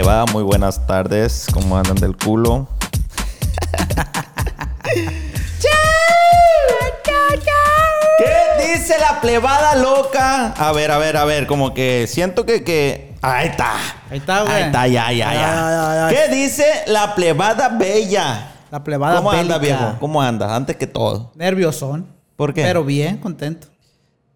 Hola, muy buenas tardes. ¿Cómo andan del culo? ¿Qué dice la plebada loca? A ver, a ver, a ver, como que siento que. que... Ahí está. Ahí está, güey. Ahí está, ya, ya, ya. Ay, ay, ay. ¿Qué dice la plebada bella? La plebada ¿Cómo andas, bélica. viejo? ¿Cómo andas? Antes que todo. Nerviosón. ¿Por qué? Pero bien, contento.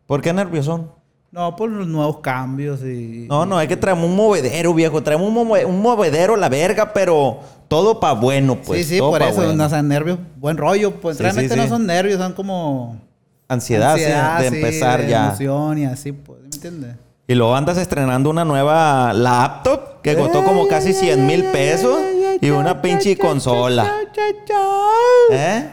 ¿Por qué nerviosón? No, por los nuevos cambios y... No, no, es que traemos un movedero, viejo. Traemos un, move- un movedero a la verga, pero todo pa' bueno, pues. sí, sí, todo por pa' eso, bueno. no son nervios. Buen rollo, pues Sí, realmente sí, no sí. son nervios, son como... Ansiedad, sí, de sí, empezar de ya. emoción y así, pues, ¿me entiendes? Y luego andas estrenando una nueva laptop que costó como casi 100 mil pesos y una pinche consola. ¿Eh?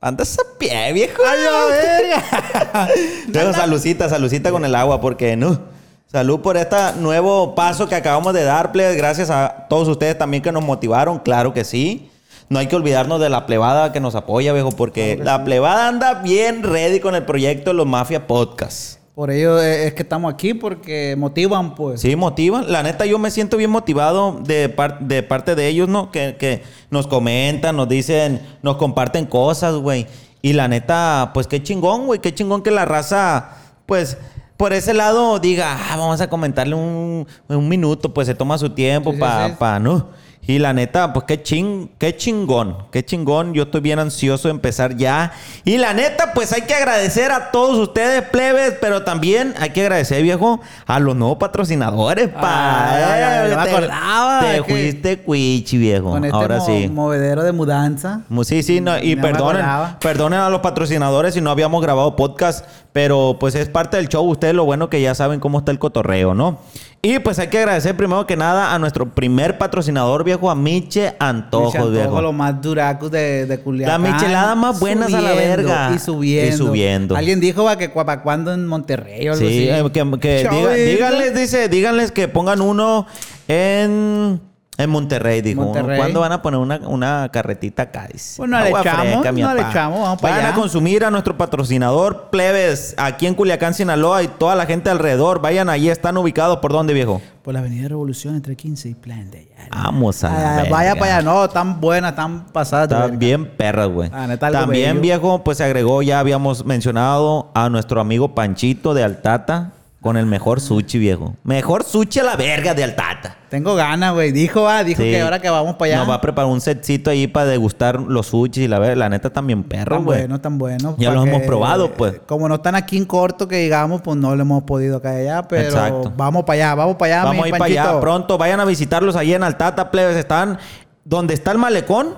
Andas a pie, viejo. ¡Ay, la verga! Luego, salucita, salucita con el agua porque no. Salud por este nuevo paso que acabamos de dar, plebes. Gracias a todos ustedes también que nos motivaron, claro que sí. No hay que olvidarnos de la plebada que nos apoya, viejo, porque la plebada anda bien ready con el proyecto de los Mafia Podcast. Por ello eh, es que estamos aquí, porque motivan, pues. Sí, motivan. La neta, yo me siento bien motivado de, par- de parte de ellos, ¿no? Que, que nos comentan, nos dicen, nos comparten cosas, güey. Y la neta, pues qué chingón, güey. Qué chingón que la raza, pues, por ese lado diga, "Ah, vamos a comentarle un, un minuto, pues se toma su tiempo Sí, sí, para, sí. ¿no? Y la neta, pues qué ching, qué chingón, qué chingón. Yo estoy bien ansioso de empezar ya. Y la neta, pues hay que agradecer a todos ustedes, plebes, pero también hay que agradecer, viejo, a los nuevos patrocinadores, pa. Ay, ay, ay, no Ah, me Te- acordaba, Te es que- fuiste cuichi, viejo. Con este Ahora mo- sí. movedero de mudanza. Mu- Sí, sí, no, y No me perdonen, acordaba. perdonen a los patrocinadores si no habíamos grabado podcast, pero pues es parte del show. Ustedes lo bueno que ya saben cómo está el cotorreo, ¿no? Y pues hay que agradecer primero que nada a nuestro primer patrocinador viejo, a Miche Antojos, Michel Antojo, viejo. los más duracos de, de Culiacán. Las micheladas más buenas a la verga. Y subiendo. Y subiendo. Alguien dijo va, que para cuándo en Monterrey o algo Sí, eh, así. que, que Chavito. diga- díganles, dice, díganles que pongan uno en, en Monterrey, dijo. uno. Monterrey. ¿Cuándo van a poner una, una carretita acá? Dice. Pues no le echamos, mi no le apá. echamos, vamos pa' Van a allá. consumir a nuestro patrocinador Plebes, aquí en Culiacán, Sinaloa y toda la gente alrededor. Vayan ahí, están ubicados por dónde, viejo. Por la Avenida Revolución entre 15 y Plan de allá. Vamos a la Ah, vaya verga. para allá, no, tan buenas, tan pasadas. de Está verga. bien perras, güey. Ah, neta, algo También, bello. viejo, pues se agregó, ya habíamos mencionado a nuestro amigo Panchito de Altata con el mejor sushi, viejo. Mejor sushi a la verga de Altata. Tengo ganas, güey. Dijo, va, dijo Sí. que ahora que vamos para allá. Nos va a preparar un setcito ahí para degustar los sushi y la verga. La neta también perro, tan güey. bueno, tan bueno. Ya pa' los que, hemos probado, pues. Como no están aquí en corto que digamos, pues no lo hemos podido acá y allá, pero Exacto. vamos para allá, vamos para allá. Vamos mi a ir para allá Panchito. pronto. Vayan a visitarlos ahí en Altata, plebes. Están donde está el malecón.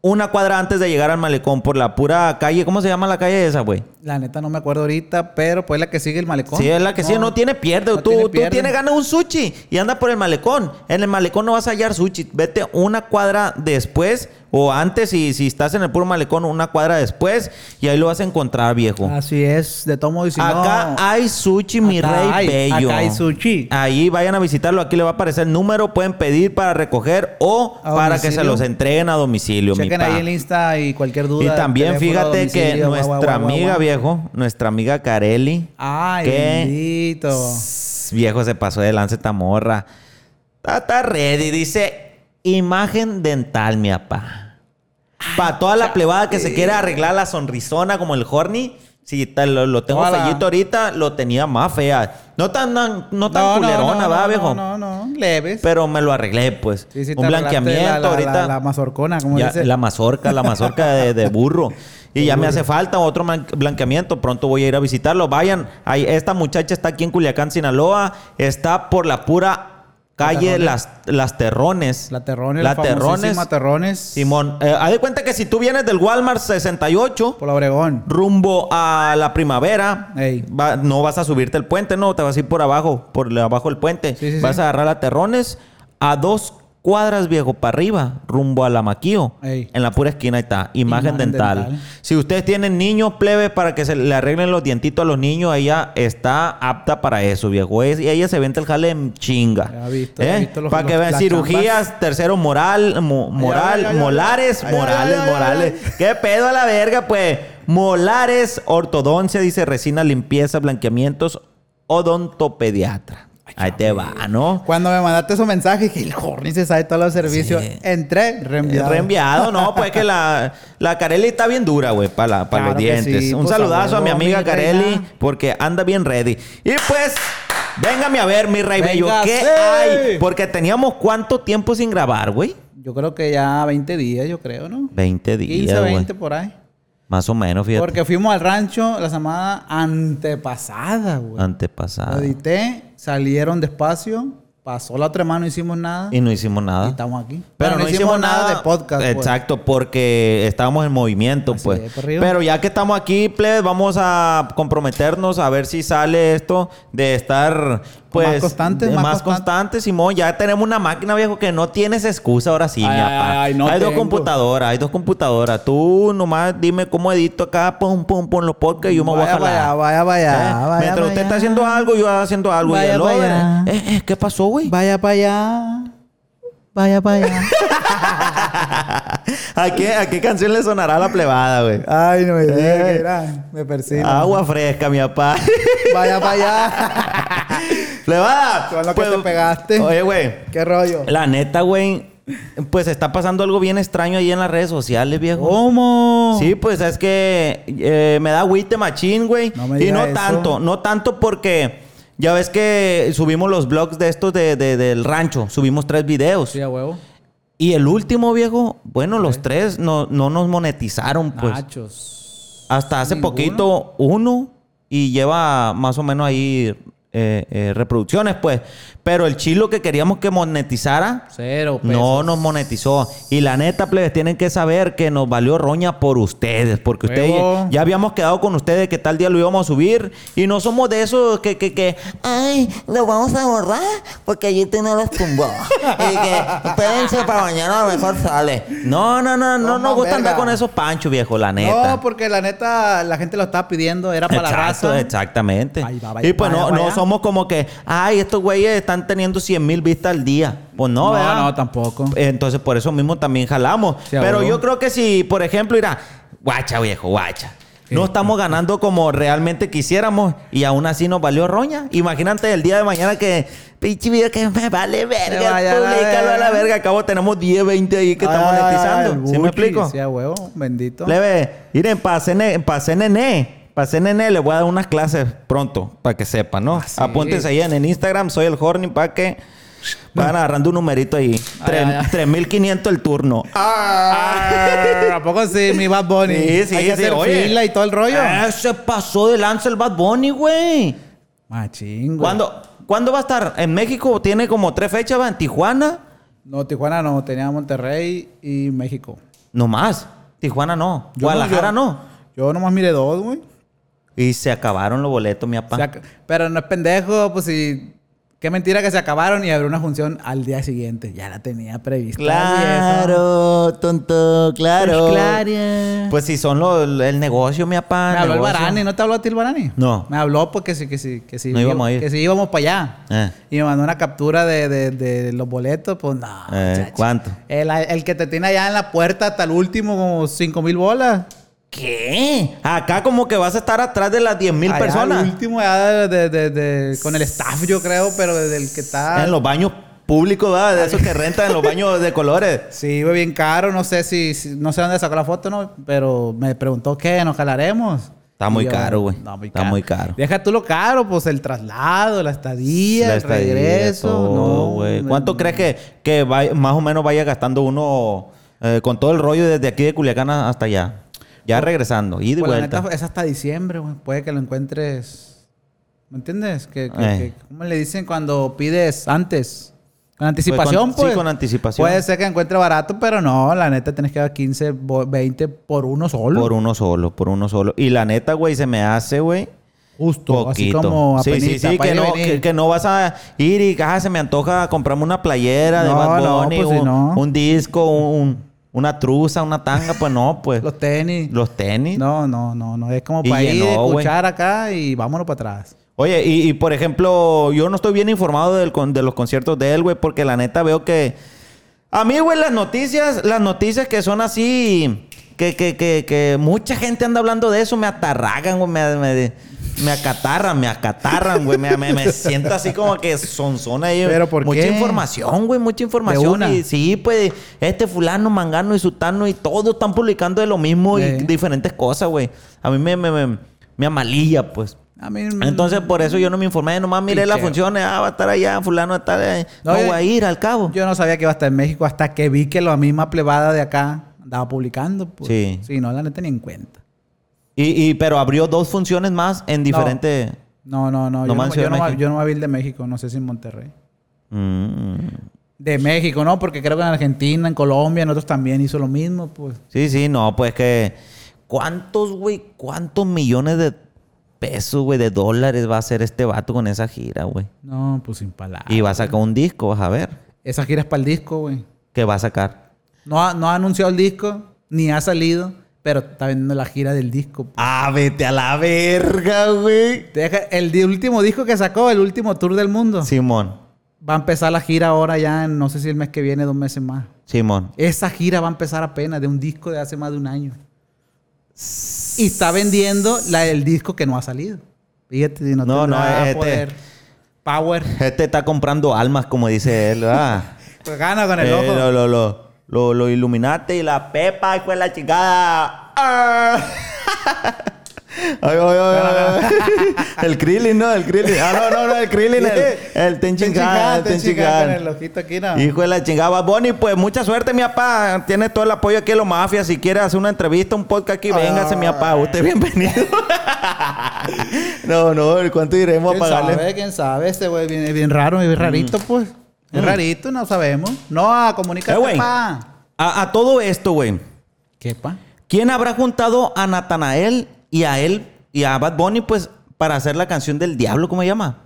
Una cuadra antes de llegar al malecón por la pura calle. ¿Cómo se llama la calle esa, güey? La neta no me acuerdo ahorita, pero pues la que sigue el malecón. Sí, es la que sí, no tiene pierde. no tú, tiene tú pierde. tienes ganas de un sushi y andas por el malecón. En el malecón no vas a hallar sushi. Vete una cuadra después o antes, y si estás en el puro malecón, una cuadra después y ahí lo vas a encontrar, viejo. Así es, de todo modo, y Ah, si acá ah, no... hay sushi, mi Acá rey hay- bello. acá hay sushi. Ahí vayan a visitarlo. Aquí le va a aparecer el número. Pueden pedir para recoger o A para que se domicilio. los entreguen a domicilio, mi Chequen pa. ahí el Insta y cualquier duda. Y también teléfono, fíjate que domicilio, guau, nuestra guau, guau, amiga, guau. viejo, nuestra amiga Carelli. Ay, que- bendito. Sss, Viejo se pasó de lance esta morra. Tata ready, dice imagen dental, mi papá. Para toda la plebada que se quiera arreglar la sonrisona como el horny. Si ta- lo, lo tengo Hola. fellito ahorita, lo tenía más fea. No tan, tan- no tan culerona, no, va, no, viejo. No, no, no, leves. Pero me lo arreglé, pues. Sí, sí, te Un arreglaste blanqueamiento la- la- ahorita. La, la mazorcona, como Ya, dice. la mazorca, la mazorca de, de burro. Y ya me hace falta otro man- blanqueamiento. Pronto voy a ir a visitarlo. Vayan. Ahí, esta muchacha está aquí en Culiacán, Sinaloa. Está por la pura calle Las, las Terrones. La terrones, La la, Terrones. famosísima terrones. Simón, eh, haz de cuenta que si tú vienes del Walmart 68 Por la Obregón. rumbo a la primavera, Ey. va- no vas a subirte el puente, no, te vas a ir por abajo, por la- abajo del puente. Sí, sí, vas sí. a agarrar a Terrones a dos cuadras, viejo, para arriba, rumbo a la Maquío. Ey. En la pura esquina ahí está, imagen, Imagen dental. Dental. Si ustedes tienen niños plebes para que se le arreglen los dientitos a los niños, ella está apta para eso, viejo. Es- y ella se vende el jale en chinga. Ya he visto, ya he visto los- para que los- vean las cirugías, tercero moral, mo- moral, ay, ay, ay. molares, Ay, ay, morales, ay, ay, morales. ¿Qué pedo a la verga, pues? Molares, ortodoncia, dice resina, limpieza, blanqueamientos, odontopediatra. Ay, Ahí te va, ¿no? Cuando me mandaste esos mensajes, dije, el Horny se sabe todos los servicios. Sí. Entré, reenviado. Reenviado, no, pues es que la, la Carelli está bien dura, güey, para la- para los Claro que dientes. sí, Un pues, saludazo a mi abuelo, amiga mi Carelli, reina. porque anda bien ready. Y pues, véngame a ver, mi rey bello, ¿qué Véngase. hay? Porque teníamos cuánto tiempo sin grabar, güey. Yo creo que ya 20 días, yo creo, ¿no? 20 días, 15, güey. 20 por ahí. Más o menos, fíjate. Porque fuimos al rancho la semana antepasada, güey. Lo Antepasado. edité, salieron despacio, pasó la otra mano, no hicimos nada. Y no hicimos nada. Y estamos aquí. Pero no, hicimos nada, de podcast. pues. Exacto, porque estábamos en movimiento, Así pues. es, perrillo. Pero ya que estamos aquí, plebes, vamos a comprometernos a ver si sale esto de estar, pues. Más constantes, de- más más constantes. constante, Simón. Ya tenemos una máquina, viejo, que no tienes excusa ahora sí, Ay, ay, mi apa. ay, no Hay dos tengo. computadoras, hay dos computadoras. Tú nomás dime cómo edito acá, pum, pum, pum, los podcasts y yo me voy a Vaya, jalar. vaya, vaya, ¿Eh? vaya, vaya. Mientras usted vaya. está haciendo algo, yo haciendo algo. y Vaya, el otro, vaya. eh, eh, ¿Qué pasó, güey? Vaya para allá. Vaya para allá. ¿A qué, ¿A qué canción le sonará la plebada, güey? Ay, no me digas Eh. que era. Me persigo. Agua fresca, mi papá. Vaya para allá. plebada. Con lo que te pegaste. Pues, Oye, güey. ¿Qué rollo? La neta, güey. Pues está pasando algo bien extraño ahí en las redes sociales, viejo. ¿Cómo? Sí, pues es que eh, me da agüite machín, güey. No me y diga no eso. tanto, no tanto porque ya ves que subimos los blogs de estos de, de- del rancho. Subimos tres videos. a huevo. Y el último, viejo, bueno, los tres no, no nos monetizaron, Ah, pues. Nachos. Hasta hace Ninguno. poquito uno y lleva más o menos ahí eh, eh, reproducciones, pues. Pero el chilo que queríamos que monetizara Cero no nos monetizó. Y la neta, plebes, tienen que saber que nos valió roña por ustedes. Porque ustedes Huevo. ya habíamos quedado con ustedes que tal día lo íbamos a subir. Y no somos de esos que, que, que Ay, lo vamos a borrar porque YouTube no los tumbó. Y que espérense para mañana a lo mejor sale. no, no, no, no No, nos más gusta andar verga. con esos panchos, viejo, la neta. No, porque la neta, la gente lo estaba pidiendo. Era para la Exacto, raza. exactamente. Ahí va, y vaya, pues no, vaya, no vaya. somos como que, ay, estos güeyes están teniendo 100 mil vistas al día. Pues no, No, ¿verdad? no, tampoco. Entonces por eso mismo también jalamos. Sí, a Pero huevo. yo creo que si, por ejemplo, irá, guacha viejo, guacha. No estamos ganando como realmente quisiéramos y aún así nos valió roña. Imagínate el día de mañana que, pinche video que me vale Se verga, vaya a la públicalo a la verga. verga. Acabo tenemos 10, 20 ahí que están Ay, ay, ay, monetizando. el ¿Sí me buchi, explico? Sí, a huevo. Bendito. Leve, miren, pasé nene, pasé nene, pasé nene, le voy a dar unas clases pronto, para que sepan, Ah, ¿no? Apúntense ahí en el Instagram, soy el Horny, para que van agarrando un numerito ahí. Tres- 3500 el turno. Ah, ¿A poco sí, mi Bad Bunny? Sí, sí, Hay sí, que hacer oye. fila y todo el rollo. Ah, se pasó de lanza el Bad Bunny, güey. Machín, güey. ¿Cuándo, ¿Cuándo va a estar? En México tiene como tres fechas, va en Tijuana, No, Tijuana no. Tenía Monterrey y México. no más. Tijuana no, Yo Guadalajara yo- no. Yo nomás miré dos, güey. Y se acabaron los boletos, mi O papá. sea, que- pero no es pendejo, pues si... Qué mentira que se acabaron y abrió una función al día siguiente. Ya la tenía prevista. Claro, tonto, claro. Pues claro. Pues si son los, el negocio, mi papá. Me habló el Ah, negocio. Barani, ¿no te habló a ti el Barani? No. Me habló porque sí, que sí, que sí. No íbamos a ir. Que sí íbamos para allá. Eh. Y me mandó una captura de, de- de los boletos, pues no. Eh, chacho. ¿cuánto? El, el que te tiene allá en la puerta hasta el último, como 5 mil bolas. ¿Qué? Acá como que vas a estar atrás de las 10 mil Allá El personas. último ya de, de- de- con el staff, yo creo, pero del que está. En los baños públicos, ¿verdad? De esos que rentan en los baños de colores. Sí, fue bien caro, no sé si, si- no sé dónde sacó la foto, no, pero me preguntó qué, nos jalaremos. Está Y muy caro, güey. no, Está muy caro. Deja tú lo caro, pues el traslado, la estadía, La el estadía, regreso, todo, no, güey. me- ¿Cuánto crees que, que va- más o menos vaya gastando uno eh, con todo el rollo desde aquí de Culiacán a- hasta allá? Ya regresando, ida y de Pues, la vuelta. neta, es hasta diciembre, güey. Puede que lo encuentres. ¿Me entiendes? Que, que- Eh. que- ¿Cómo le dicen cuando pides antes? Con anticipación, sí, pues. con anticipación. Puede ser que encuentre barato, pero no, la neta tienes que dar 15, bo- 20 por uno solo. Por uno solo, por uno solo. Y la neta, güey, se me hace, güey. Justo, así Poquito. como sí, sí, apenita, sí, pa' que ir y no, venir. que, que no vas a ir y ah, se me antoja comprarme una playera de No, Bad no, Bunny, pues, sí, un, no. un disco, un- una truza, una tanga, pues no, pues. los, Los tenis. tenis. No, no, no, no. Es como Y para ir, llenó, güey. escuchar acá y vámonos para atrás. Oye, y, y, por ejemplo, yo no estoy bien informado del con- de los conciertos de él, güey, porque la neta veo que. A mí, güey, las noticias, las noticias que son así, que, que, que, que mucha gente anda hablando de eso, me atarragan, güey, me, me- me acatarran, me acatarran, güey. Me, me, me siento así como que sonzona. ahí. ¿Pero por mucha qué? información, güey. Mucha información. una. Y sí, pues, este fulano, mangano y sutano y todos están publicando de lo mismo y Sí. diferentes cosas, güey. A mí me, me, me, me amalilla, pues. A mí, mm, Entonces, por eso yo no me informé. Nomás miré las Picheo. funciones. Ah, va a estar allá, fulano va a estar... ahí. No, No, yo- voy a ir, al cabo. yo no sabía que iba a estar en México hasta que vi que la misma plebada de acá andaba publicando. Pues. Sí. Sí, no, la neta ni en cuenta. Y, y- pero abrió dos funciones más en diferentes... No, no, no. Yo Nomás en no, Ciudad yo, de no, México. yo no voy a ir de México, no sé si en Monterrey. Mm. De México, ¿no? Porque creo que en Argentina, en Colombia, en otros también hizo lo mismo, pues. Sí, sí, no, pues que. ¿Cuántos, güey? ¿Cuántos millones de pesos, güey, de dólares va a hacer este vato con esa gira, güey? No, pues sin palabras. Y va a sacar un disco, vas a ver. Esa gira es para el disco, güey. ¿Qué va a sacar? No ha, no ha anunciado el disco, ni ha salido, pero está vendiendo la gira del disco. pues. ¡Ah, vete a la verga, güey! Te deja- El di- último disco que sacó, el último tour del mundo, Simón, va a empezar la gira ahora ya, en, no sé si el mes que viene, dos meses más. Simón. Esa gira va a empezar apenas de un disco de hace más de un año. Y está vendiendo la del disco que no ha salido. Fíjate, si no, No, no, no, este- poder. Power. Este está comprando almas, como dice él, ah. ¿verdad? Pues gana con el Eh, ojo. lo, lo, lo, lo, lo iluminaste y la pepa y fue la chingada. Ah. Ay, ay, ay, ay, ay. El Krillin, ¿no? El Krillin. Ah, no, no, no, el Krillin. El, el Ten Ten Chingan, Chingan, el Ten Ten Chingan Con el Chingan. ojito aquí, ¿no? Hijo de la chingada, Bonnie, pues mucha suerte, mi papá. Tiene todo el apoyo aquí de los mafias. Si quiere hacer una entrevista, un podcast aquí, véngase, mi papá. Usted bienvenido. no, no, ¿cuánto iremos a ¿Quién pagarle? sabe? ¿Quién sabe? Este güey viene bien raro, Mm. es rarito, pues. Es rarito, no sabemos. No, ah, Eh, comunícate, güey, pa. a- a todo esto, güey. ¿Qué, pa? ¿Quién habrá juntado a Natanael y a él y a Bad Bunny pues para hacer la canción del diablo, ¿cómo se llama?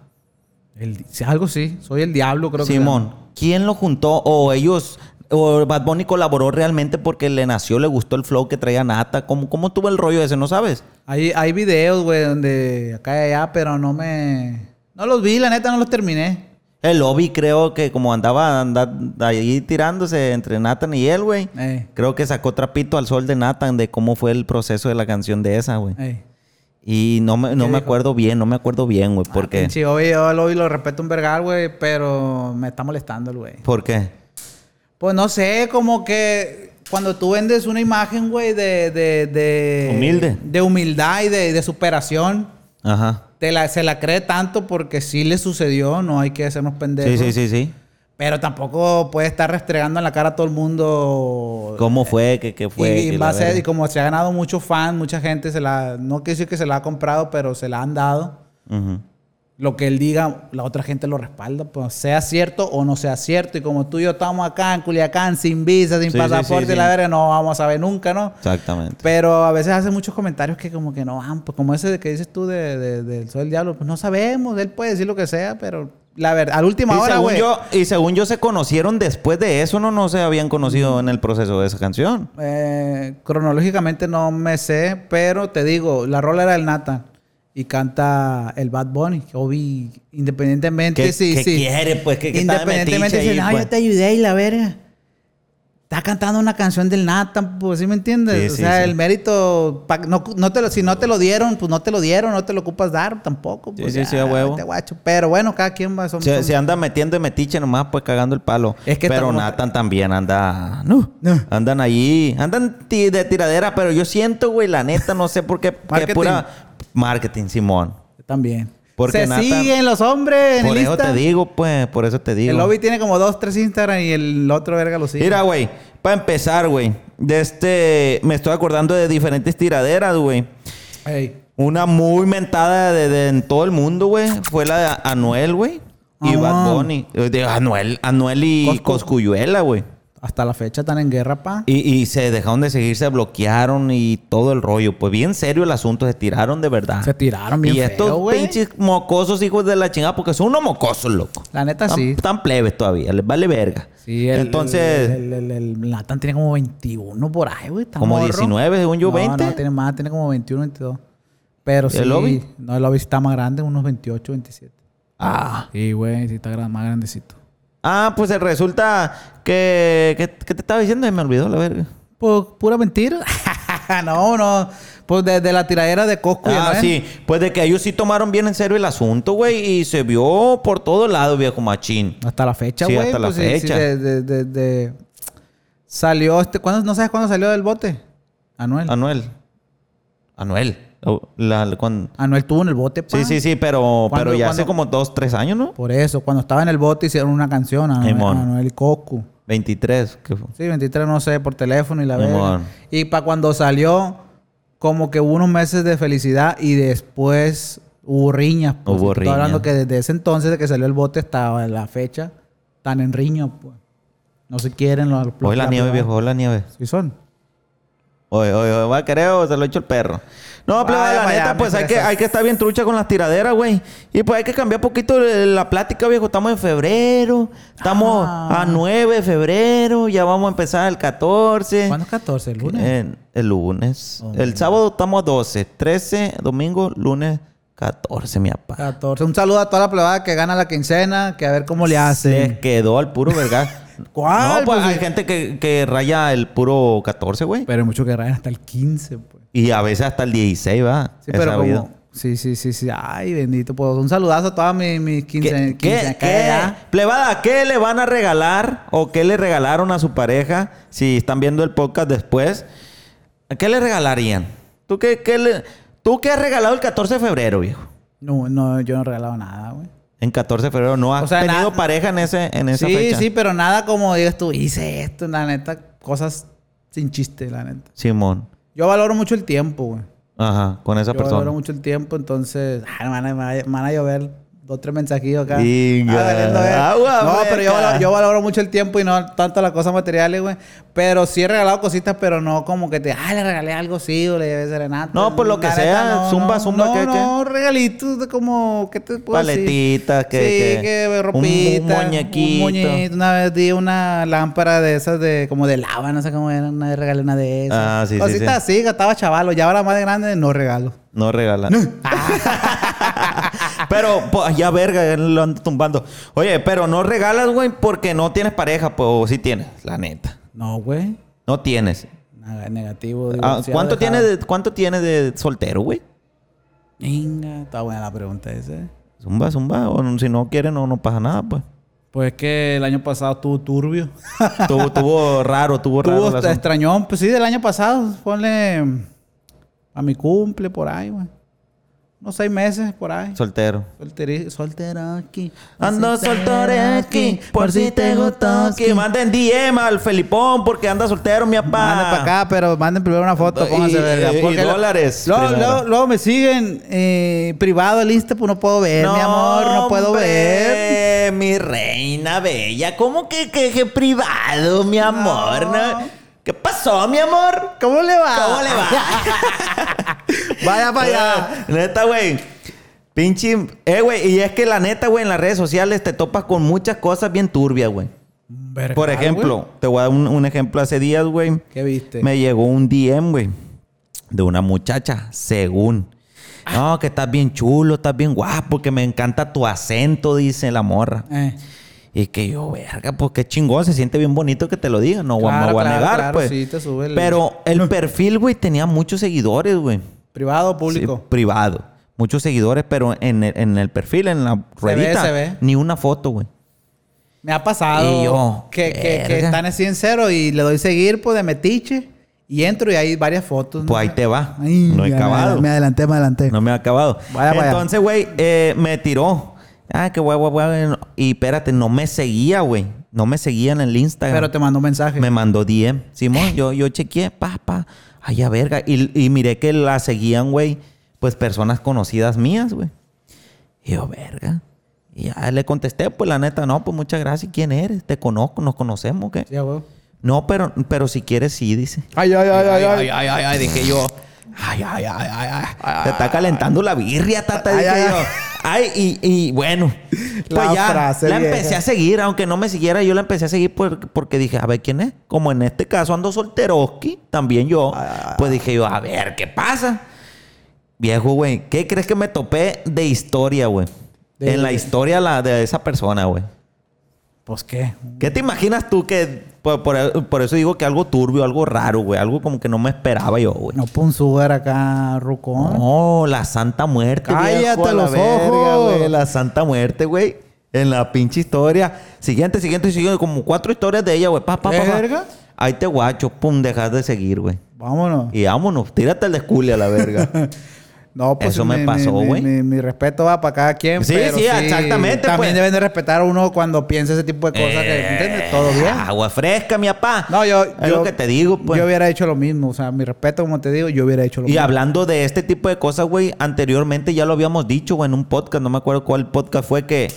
El di- sí, algo sí. Soy el diablo, creo que. Simón. ¿Quién lo juntó o ellos o Bad Bunny colaboró realmente porque le nació, le gustó el flow que traía Nata? ¿Cómo, cómo tuvo el rollo ese? ¿No sabes? Hay, hay videos, güey, donde acá y allá, pero no me... No los vi, la neta, no los terminé. El lobby creo que como andaba anda, ahí tirándose entre Nathan y él, güey. Eh, Creo que sacó trapito al sol de Nathan de cómo fue el proceso de la canción de esa, güey. eh. Y no me, no me acuerdo bien, no me acuerdo bien, güey. ¿Por qué? Ah, Pinche, oye, yo lo, lo respeto un vergal, güey, pero me está molestando el güey. ¿Por qué? Pues no sé, como que cuando tú vendes una imagen, güey, de, de, de... Humilde. De humildad y de, de superación, Ajá. te la, se la cree tanto porque sí le sucedió, no hay que hacernos pendejos. Sí, sí, sí, sí. Pero tampoco puede estar restregando en la cara a todo el mundo. ¿Cómo fue? ¿Qué, qué fue? Eh, y, Que y va la a ser, verga. y como se ha ganado muchos fans, mucha gente se la, no quiero decir que se la ha comprado, pero se la han dado. Ujú. Lo que él diga, la otra gente lo respalda, pues sea cierto o no sea cierto. Y como tú y yo estamos acá en Culiacán, sin visa, sin Sí, sí, pasaporte, sí, sí. la verga, no vamos a saber nunca, ¿no? Exactamente. Pero a veces hace muchos comentarios que como que no van, pues como ese de que dices tú de, de- del Sol del Diablo, pues no sabemos, él puede decir lo que sea, pero la verdad, a la última Y hora, según, güey. yo, y según yo se conocieron después de eso, ¿no? No se habían Mm. conocido en el proceso de esa canción. Eh, cronológicamente no me sé, pero te digo, la rola era el Nathan y canta el Bad Bunny. que Obi, independientemente, ¿Qué- sí, qué sí. quiere, pues? ¿Qué- qué está de independientemente, metiche dice, ahí, no, pues?" yo te ayudé y la verga. Está cantando una canción del Nathan, pues, ¿sí me entiendes? Sí, o sí, sea, sí. el mérito, pa- no, no te lo- si no te lo dieron, pues no te lo dieron, no te lo ocupas dar tampoco. Sí, pues, sí, ya, sí, a huevo. vete, guacho. Pero bueno, cada quien va a Se, se anda metiendo en metiche nomás, pues cagando el palo. Es que pero estamos- Nathan también anda. No. No. Andan allí. Andan ti- de tiradera, pero yo siento, güey, la neta, no sé por qué. Que Marketing. pura marketing, Simón. También. Porque se Nathan- siguen los hombres en Por el eso Insta. te digo, pues. Por eso te digo. El lobby tiene como dos, tres Instagram y el otro verga lo sigue. Mira, güey, para empezar, güey, de este, me estoy acordando de diferentes tiraderas, güey. Ey. Una muy mentada de, de- en todo el mundo, güey, fue la de Anuel, güey, y Ah. Bad Bunny. Eh, de Anuel, Anuel y Coscu. Coscuyuela, güey. Hasta la fecha están en guerra, pa. Y, y se dejaron de seguir, se bloquearon y todo el rollo. Pues bien serio el asunto, se tiraron de verdad. Se tiraron bien Y estos feo, güey. pinches mocosos hijos de la chingada, porque son unos mocosos, loco. La neta, Están- sí. Están plebes todavía, les vale verga. Sí, el, Entonces... El, el, el- el Nathan tiene como 21 por ahí, güey. está Como morro. 19, según yo, No, 20. No, tiene más, tiene como 21, 22. Pero sí. el lobby? No, el lobby está más grande, unos 28, 27. Ah. Sí, güey, sí está gra- más grandecito. Ah, pues eh, resulta que, que, que te estaba diciendo y me olvidó la verga. Pues pura mentira. no, no. Pues desde la tiradera de Cosco. y Ah, Anuel. sí. Pues de que ellos sí tomaron bien en serio el asunto, güey. Y se vio por todos lados, viejo machín. Hasta la fecha, Sí, güey. hasta la pues, sí, sí, fecha. de- de- de- de- Salió este... ¿cuándo- ¿No sabes cuándo salió del bote? Anuel. Oh. Anuel. Anuel. O- la- la- cuan- Anuel tuvo en el bote, pa. Sí, sí, sí, pero, ¿Cuándo- pero ya hace cuándo? como dos, tres años, ¿no? Por eso, cuando estaba en el bote hicieron una canción. Anuel, Simón. Anuel y Coscu. 23. que fue. Sí, 23, no sé, por teléfono y la Simón. verga. Y para cuando salió, como que hubo unos meses de felicidad y después hubo riñas. pues. Hubo Estoy hablando riña. que desde ese entonces de que salió el bote hasta la fecha, están en riño, pues. No se quieren los... Hoy la nieve, viejo, hoy la nieve. Sí son. Hoy, hoy, hoy, va a querer o se lo ha hecho el perro. No, pero Vaya la para allá, neta, mi pues hay que, fresa. hay que estar bien trucha con las tiraderas, güey. Y pues hay que cambiar poquito de la plática, viejo. Estamos en febrero, estamos Ah. a 9 de febrero, ya vamos a empezar el 14. ¿Cuándo es 14? ¿El lunes? En- el lunes. Oh, el sábado estamos a 12, 13, domingo, lunes 14, mi papá. 14. Un saludo a toda la plebada que gana la quincena, que a ver cómo le Les hacen. quedó al puro verga. ¿Cuál? No, pues, Pues, hay eh. gente que, que raya el puro 14, güey. Pero hay muchos que rayan hasta el 15, pues. Y a veces hasta el 16, va. Sí, He pero sabido. como... Sí, sí, sí, sí. Ay, bendito. Pues un saludazo a todas mis, mis ¿Qué, 15... qué, qué, plebada, ¿qué le van a regalar o qué le regalaron a su pareja si están viendo el podcast después? ¿A ¿Qué le regalarían? ¿Tú qué, qué le- ¿Tú qué has regalado el 14 de febrero, viejo? No, no, yo no he regalado nada, güey. En 14 de febrero no has O sea, tenido na- pareja en ese en esa Sí, fecha. sí, pero nada como digas tú, hice esto, la neta, cosas sin chiste, la neta. Simón. Yo valoro mucho el tiempo, güey. Ajá, con esa Yo persona. valoro mucho el tiempo, entonces, ay, me van a, me van a- me van a llover dos, tres mensajillos acá. Diga, Ah, valiendo ver. agua, no, pero yo meca. valoro, yo valoro mucho el tiempo y no tanto las cosas materiales, güey. Pero sí he regalado cositas, pero no como que te, ay, le regalé algo, sí, o le llevé serenata. No, pues, lo que La sea, zumba, zumba, no, ¿qué, qué? No, regalitos de como, ¿qué te puedo decir? Paletitas, que- Sí, que- que, un- ropita. un muñequito. muñequito. Una vez di una lámpara de esas de, como de lava, no sé cómo era, una vez regalé una de esas. Ah, sí, sí, Cositas así, gastaba chavalo. Ya ahora más de grande, no regalo. No regalan. pero, pues, ya verga, lo ando tumbando. Oye, pero no regalas, güey, porque no tienes pareja, pues, o sí tienes, la neta. No, güey. No tienes. Nada, negativo. Ah, divorciado, ¿cuánto, dejado. tienes de, ¿Cuánto tienes de soltero, güey? Venga, está buena la pregunta esa. eh. Zumba, zumba. O no- si no quieren, no, no pasa nada, pues. Pues que el año pasado estuvo turbio. Tuvo, tuvo raro, tuvo raro. el Tuvo asunto. extrañón. Pues sí, del año pasado. Ponle mm, a mi cumple por ahí, güey. Unos seis meses por ahí. Soltero. Solteri- soltero aquí. Ando soltero aquí, por si te gustó. Que manden DM al Felipón porque anda soltero, mi papá. Manden para acá, pero manden primero una foto, Y- pónganse y- verga. y porque lo- dólares Luego, primero. luego- luego me siguen eh, privado el Insta, pues no puedo ver, mi amor, no puedo hombre, ver. Mi reina bella, ¿cómo que, que, que privado, mi amor? No. ¿No? ¿Qué pasó, mi amor? ¿Cómo le va? ¿Cómo le va? Vaya para allá. Neta, güey. Pinche. Eh, güey. Y es que la neta, güey, en las redes sociales te topas con muchas cosas bien turbias, güey. Verga, Por ejemplo, güey. te voy a dar un, un ejemplo. Hace días, güey, ¿Qué viste? me llegó un DM, güey, de una muchacha, según. Ah. No, que estás bien chulo, estás bien guapo, que me encanta tu acento, dice la morra. Eh, Y que yo, verga, pues qué chingón, se siente bien bonito que te lo diga. No, Claro, me voy a claro, negar, claro, pues. sí, te sube el- Pero el perfil, güey, tenía muchos seguidores, güey. privado o Sí, público. privado. Muchos seguidores, pero en el, en el perfil, en la ve, ruedita, se ve. ni una foto, güey. Me ha pasado Y yo, que, que, que verga. están así en cero y le doy seguir, pues de metiche. Y entro y hay varias fotos. ¿no? Pues ahí te va. Ay, no he ya me- acabado. Me adelanté, me adelanté. No me ha acabado. Vaya, vaya. Entonces, güey, eh, me tiró. Ah, que guay, guay, guay. Y espérate, no me seguía, güey. No me seguía en el Instagram. Pero te mandó un mensaje. Me mandó DM. Simón, yo, yo chequeé, pa, pa. Ay, a verga. Y, y miré que la seguían, güey, pues personas conocidas mías, güey. Y yo, verga. Y ya le contesté, pues la neta, no, pues muchas gracias. ¿Quién eres? Te conozco, nos conocemos, ¿qué? Sí, a huevo. No, pero, pero si quieres, sí, dice. Ay, ay, ay, ay, ay. ay, ay, dije yo. Ay, ay, ay, ay, ay. Te está calentando la birria, tata, Ay, dije ay, yo. Ay, y, y bueno. Pues La ya frase la vieja. empecé a seguir, aunque no me siguiera, yo la empecé a seguir por- porque dije, a ver quién es. Como en este caso ando solteroski, también yo. Ah. Pues dije yo, a ver qué pasa. Viejo, güey, ¿qué crees que me topé de historia, güey? De- En la historia la de esa persona, güey. Pues qué. ¿Qué te imaginas tú que... Por, por- por eso digo que algo turbio, algo raro, güey. Algo como que no me esperaba yo, güey. No pon sugar acá, rucón. No, la Santa Muerte. ¿Ah? Cállate viejo, a la los verga, ojos. güey, la Santa Muerte, güey. En la pinche historia. Siguiente, siguiente, siguiente. Como cuatro historias de ella, güey. Pa, pa, pa, pa. Verga. Ahí te guacho, pum, dejas de seguir, güey. Vámonos. Y vámonos, tírate el descule a la verga. No, pues Eso me mi- pasó, mi- güey. Mi, mi respeto va para cada quien. Sí, pero sí, exactamente, También pues. deben de respetar a uno cuando piensa ese tipo de cosas. que, ¿Entiendes? Todo bien. Eh, Agua fresca, mi papá. No, yo. ah, Es yo- lo que te digo, pues. Yo hubiera hecho lo mismo. O sea, mi respeto, como te digo, yo hubiera hecho lo Y mismo. hablando de este tipo de cosas, güey, anteriormente ya lo habíamos dicho, güey, en un podcast, no me acuerdo cuál podcast fue que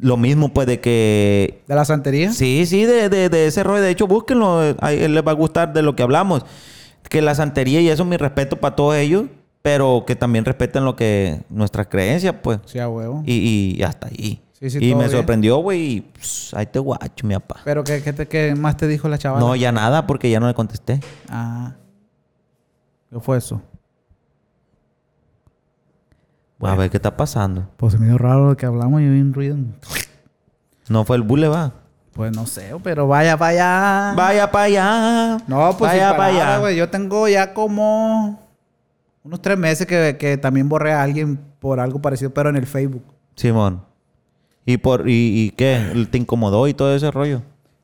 lo mismo, pues, de que ¿De la santería? Sí, sí, de, de, de ese rollo. De hecho, búsquenlo. eh, ahí les va a gustar de lo que hablamos. Que la santería y eso, mi respeto para todos ellos. Pero que también respeten lo que... Nuestras creencias, pues. Sí, a huevo. Y, y hasta ahí. Sí, sí, y todo me bien. sorprendió, güey. y, pss, ahí te guacho, mi papá. Pero, ¿qué, qué, te- qué más te dijo la chavala? No, ya nada, porque ya no le contesté. Ah. ¿Qué fue eso? Pues, a ver qué está pasando. Pues se me dio raro lo que hablamos y vi un ruido. No fue el boulevard. Pues no sé, pero vaya, vaya. Vaya para allá. No, pues Vaya para sin palabras, allá. güey. Yo tengo ya como unos tres meses que, que también borré a alguien por algo parecido, pero en el Facebook. Simón. ¿Y, por, y, ¿Y qué? ¿Te incomodó y todo ese rollo?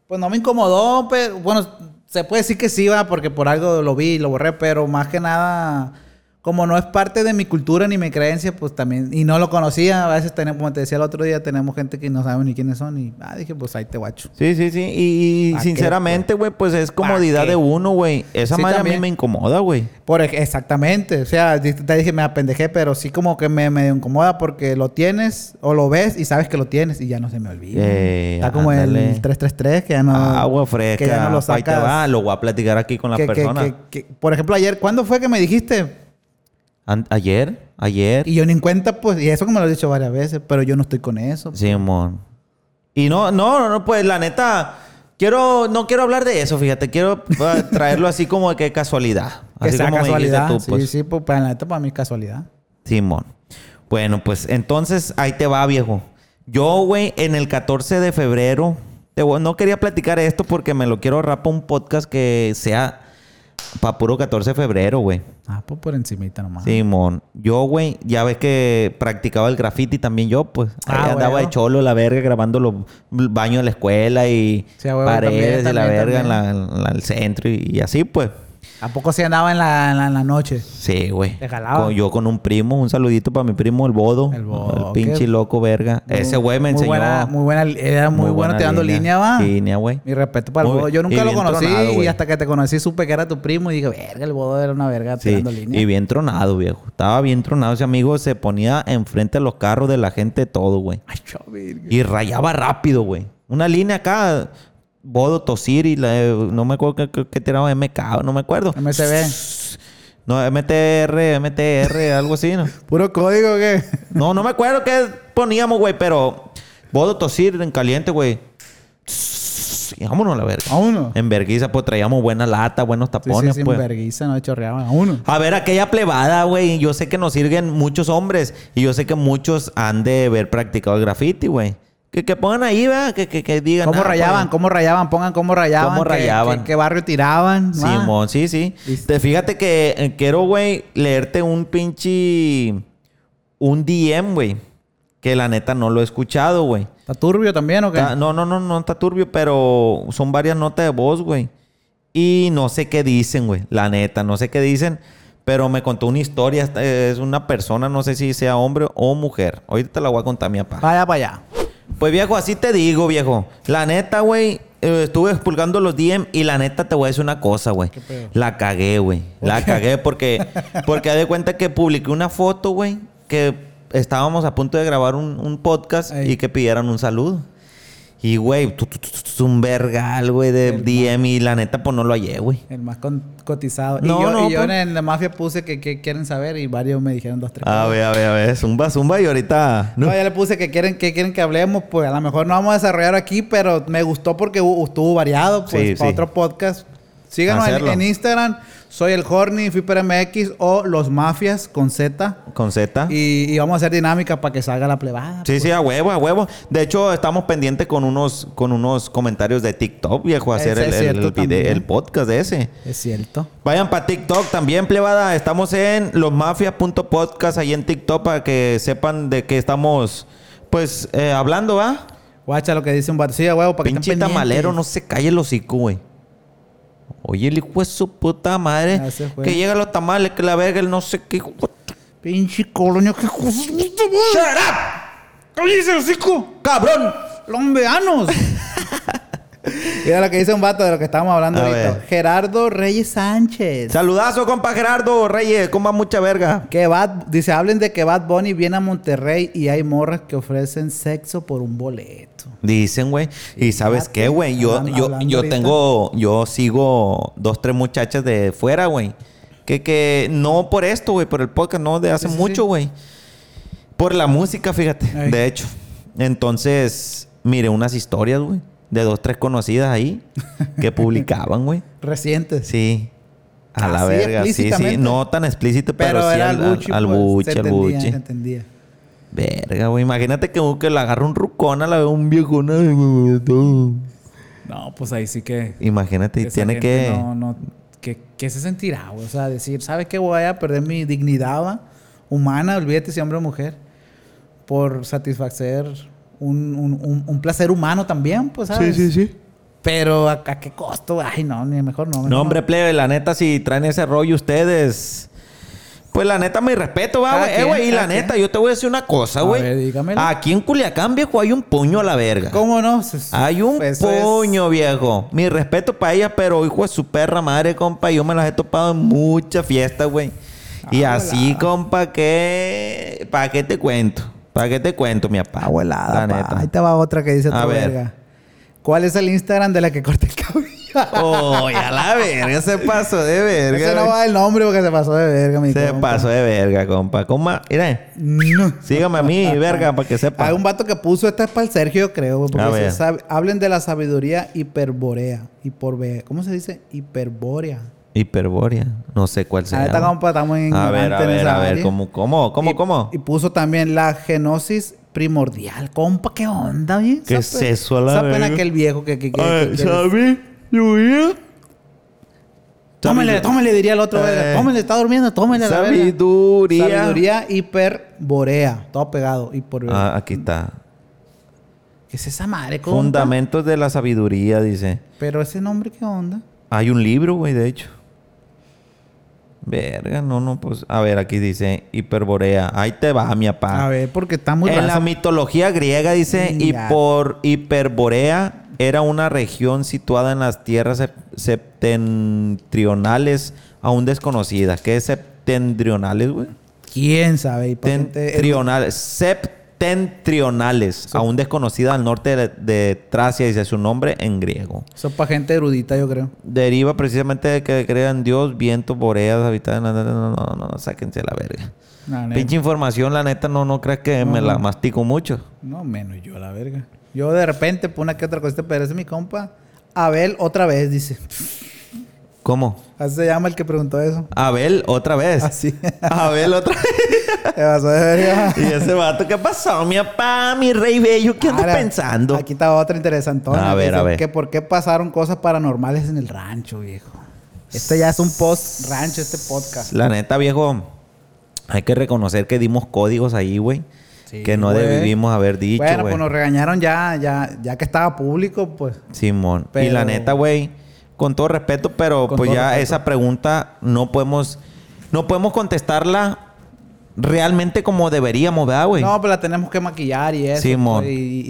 Pues no me incomodó, pero bueno, se puede decir que sí, va, porque por algo lo vi y lo borré, pero más que nada, como no es parte de mi cultura ni mi creencia, pues también, y no lo conocía, a veces tenemos, como te decía el otro día, tenemos gente que no sabe ni quiénes son, y ah, dije, pues ahí te guacho. Sí, sí, sí. Y- Y, ¿Pa' qué, sinceramente, güey, pues es ¿Pa' comodidad qué? de uno, güey. Esa Sí, madre a mí también. me incomoda, güey. Por, ej- exactamente, o sea, di- te dije, me apendejé, pero sí como que me medio incomoda porque lo tienes o lo ves y sabes que lo tienes y ya no se me olvida. Eh, Está como ándale. el 333 que ya no... Agua fresca. Que ya no lo pa' ahí te sacas. va. Lo voy a platicar aquí con la Que- que- persona. que- que- por ejemplo, ayer, ¿cuándo fue que me dijiste? An- ayer, ayer. Y yo ni en cuenta, pues, y eso que me lo he dicho varias veces, pero yo no estoy con eso. Simón. Y no, no, no, no, pues la neta. Quiero, no quiero hablar de eso, fíjate. Quiero eh, traerlo así como de que casualidad. Que Así sea como me dijiste casualidad. tú, pues. Sí, sí, pues, para la neta, para mí es casualidad. Simón. Bueno, pues entonces ahí te va, viejo. Yo, güey, en el 14 de febrero, te voy- no quería platicar esto porque me lo quiero ahorrar para un podcast que sea para puro 14 de febrero, güey. Ah, pues por encimita nomás. Simón, yo, güey, ya ves que practicaba el graffiti también yo, pues. Ah, Ahí andaba huevo. de cholo la verga grabando los baños de la escuela y Sí, a huevo, paredes también, y la también, verga en, la- en la- en el centro y, y así, pues. ¿A poco se andaba en la, en la, en la noche? Sí, güey. Te jalaba. Con- Yo con un primo, un saludito para mi primo, el Bodo. El Bodo, pinche qué- loco, verga. Ese güey me enseñó. Muy buena, muy buena, era muy, bueno tirando línea, va. Línea, güey. Mi respeto para el Muy bodo. bien. Yo Y nunca lo bien conocí tronado, güey. y hasta que te conocí supe que era tu primo y dije, verga, el bodo era una verga Sí, tirando línea. y bien tronado, viejo. Estaba bien tronado. Ese amigo se ponía enfrente a los carros de la gente todo, güey. Ay, chao, verga. Y rayaba rápido, güey. Una línea acá, Bodo, Tosir y la- eh, no me acuerdo qué- qué qué tiraba MK, no me acuerdo. MSB. No, MTR, MTR, algo así, ¿no? Puro código que. No, no me acuerdo qué poníamos, güey, pero Bodo tosir en caliente, güey. Y vámonos a la verga. A uno. En verguiza, pues traíamos buena lata, buenos Sí, sí, tapones, sin pues. vergüenza, no chorreaban a uno. A ver, aquella plebada, güey. Yo sé que nos sirven muchos hombres. Y yo sé que muchos han de haber practicado el graffiti, güey. Que, que pongan ahí, ¿verdad? Que, que, que digan. ¿Cómo ah, rayaban? pues, ¿Cómo rayaban? Pongan cómo rayaban. ¿Cómo ¿Qué- rayaban? ¿Qué, qué barrio tiraban? va. Simón, sí, sí. Listo. Te, fíjate que eh, quiero, güey, leerte un pinche. Un DM, güey. Que la neta no lo he escuchado, güey. ¿Está turbio también o qué? Está- no, no, no, no está turbio, pero son varias notas de voz, güey. Y no sé qué dicen, güey. La neta, no sé qué dicen. Pero me contó una historia. esta- Es una persona, no sé si sea hombre o mujer. Ahorita te la voy a contar, mi papá. Vaya para allá. Pues viejo, así te digo, viejo. La neta, güey, eh, estuve expulgando los DM y la neta te voy a decir una cosa, güey. La cagué, güey. La cagué porque, porque haz de cuenta que publiqué una foto, güey, que estábamos a punto de grabar un, un podcast Ey. y que pidieran un saludo. Y, güey, tu, tu, tu, tu, tu, un vergal, güey, de DM y la neta, pues no lo hallé, güey. El más con- cotizado. No, y yo, no, y yo pues. en la mafia puse que, que quieren saber y varios me dijeron dos, tres. A ver, a ver, a ver. Zumba, zumba y ahorita... No, yo le puse que quieren, que quieren que hablemos, pues a lo mejor no vamos a desarrollar aquí, pero me gustó porque hu- estuvo variado, pues Sí, para sí. otro podcast. Síganos en, Hacerlo. en Instagram. Soy el Horny, Flipper MX o Los Mafias con Z. Con Z. Y, y vamos a hacer dinámica para que salga la plebada. pues. Sí, sí, a huevo, a huevo. De hecho, estamos pendientes con unos, con unos comentarios de TikTok, viejo, a Es- hacer es el, el- cierto el vide- también. el podcast de ese. Es cierto. Vayan para TikTok también, plebada. Estamos en losmafias.podcast ahí en TikTok para que sepan de qué estamos, pues, eh, hablando, ¿va? Guacha lo que dice un vato. Sí, a huevo, para que Pinche estén pendientes. tamalero, no se calle el hocico, güey. Oye, el hijo de su puta madre. Ya se fue. Que llega los tamales, que la verga, el no sé qué. hijo de- Pinche colonia, qué cosas. ¡Shut up! ¡Cállese, hocico! ¡Cabrón! ¡Lombeanos! Mira lo que dice un vato de lo que estábamos hablando A ahorita. ver. Gerardo Reyes Sánchez. Saludazo, compa Gerardo Reyes. Coma mucha verga. Que Bad, dice, hablen de que Bad Bunny viene a Monterrey y hay morras que ofrecen sexo por un boleto. Dicen, güey. Y sabes qué, güey. Yo, Hablando- yo, hablando yo ahorita. tengo, yo sigo dos, tres muchachas de fuera, güey. Que, que no por esto, güey, por el podcast, no de hace Sí, sí, mucho, sí. güey. Por la música, fíjate, Ey. de hecho. Entonces, mire unas historias, güey, de dos, tres conocidas ahí que publicaban, güey. Recientes. Sí. A la Así, verga, sí, sí. explícitamente. No tan explícito, pero, Pero, sí era al, al, Gucci. al pues, buche, se al entendía, buche. se entendía. Verga, güey. Imagínate que, que la agarra un rucona, la ve un viejona. y, güey, todo. No, pues ahí sí que. Imagínate, y esa tiene gente que. No, no. ¿Qué, qué se sentirá, güey? O sea, decir, ¿sabes qué? Voy a perder mi dignidad va? humana, olvídate si hombre o mujer, por satisfacer un, un- un- un placer humano también, pues, ¿sabes? Sí, sí, sí. Pero ¿a, a qué costo? Ay, no, ni mejor no. mejor No, hombre, plebe, la neta, si traen ese rollo ustedes. Pues la neta, mi respeto, va, Cada güey. Eh, quien, güey, y la cada neta, yo te voy a decir una cosa, A ver, güey. dígamela. Aquí en Culiacán, viejo, hay un puño a la verga. ¿Cómo no? Pues, Hay un eso es- puño, viejo. Mi respeto para ella, pero hijo de su perra madre, compa. Yo me las he topado en muchas fiestas, güey. Y Ah, así, compa, que. ¿Para qué te cuento? ¿Para qué te cuento, mi papá? Abuelada, La pa. neta. Ahí te va otra que dice A tu ver. verga. ¿Cuál es el Instagram de la que corta el cabello? Oh, a la verga, se pasó de verga. Ese no güey. va el nombre porque se pasó de verga, mi se compa. pasó de verga, compa. Coma, mira, No. sígame a mí, verga, para que sepa. Hay un vato que puso, esta es para el Sergio, yo creo, güey, porque A dice, ver. "Sab- hablen de la sabiduría hiperborea. Hiperborea. ¿Cómo se dice? Hiperbórea. Hiperbórea. No sé cuál La será. neta, compa, estamos en a ver, a ver, a ver, ¿cómo, cómo, cómo, cómo? Y puso también la genosis primordial. Compa, ¿qué onda, güey? ¿Qué es eso, a la pena verga? que el viejo que... que, que- que- que- ¿sabes? Lluvia. Tómele, tómele, diría el otro. Eh. verga. Tómele, está durmiendo, tómele. la verga. Sabiduría. Sabiduría hiperborea. Todo pegado, hiperborea. Ah, aquí está. ¿Qué es esa madre, compa? Fundamentos de la sabiduría, dice. Pero ese nombre, ¿qué onda? Hay un libro, güey, de hecho. Verga, no, no, pues. A ver, aquí dice Hiperborea. Ahí te va, mi papá. A ver, porque está muy Ah. en la raza. mitología griega dice Ya. Hipor- Hiperborea era una región situada en las tierras sep- septentrionales aún desconocidas. ¿Qué es septentrionales, güey? ¿Quién sabe? Y pa' gente- Septentrionales. Septentrionales, aún desconocida al norte de, de Tracia, dice su nombre en griego. Eso es para gente erudita, yo creo. Deriva precisamente de que crean Dios, vientos, boreas, habitantes. No, no, no, no, no, no, sáquense la verga. La neta. Pinche información, la neta, no, no creas que me la mastico mucho. No, menos yo, la verga. Yo de repente, por una que otra cosita, pero ese es mi compa. Abel, otra vez, dice. ¿Cómo? Así se llama el que preguntó eso. Abel, otra vez. Así. Abel, otra vez. Te pasó de verga. y ese vato, ¿qué pasó, mi papá, mi rey bello? ¿Qué andas Ahora, pensando? Aquí está otra interesantona. A ver, Dice a ver. Que por qué pasaron cosas paranormales en el rancho, viejo. Este ya es un post rancho, este podcast. La neta, viejo, hay que reconocer que dimos códigos ahí, güey. Sí, que no güey. debimos haber dicho, bueno, güey. pues nos regañaron ya, ya, ya que estaba público, pues. Simón. Y Pero- la neta, güey, con todo respeto, pero Con pues todo ya respeto. esa pregunta no podemos, no podemos contestarla realmente como deberíamos, ¿verdad, güey? No, pues la tenemos que maquillar y eso. Simón. pues, y, y-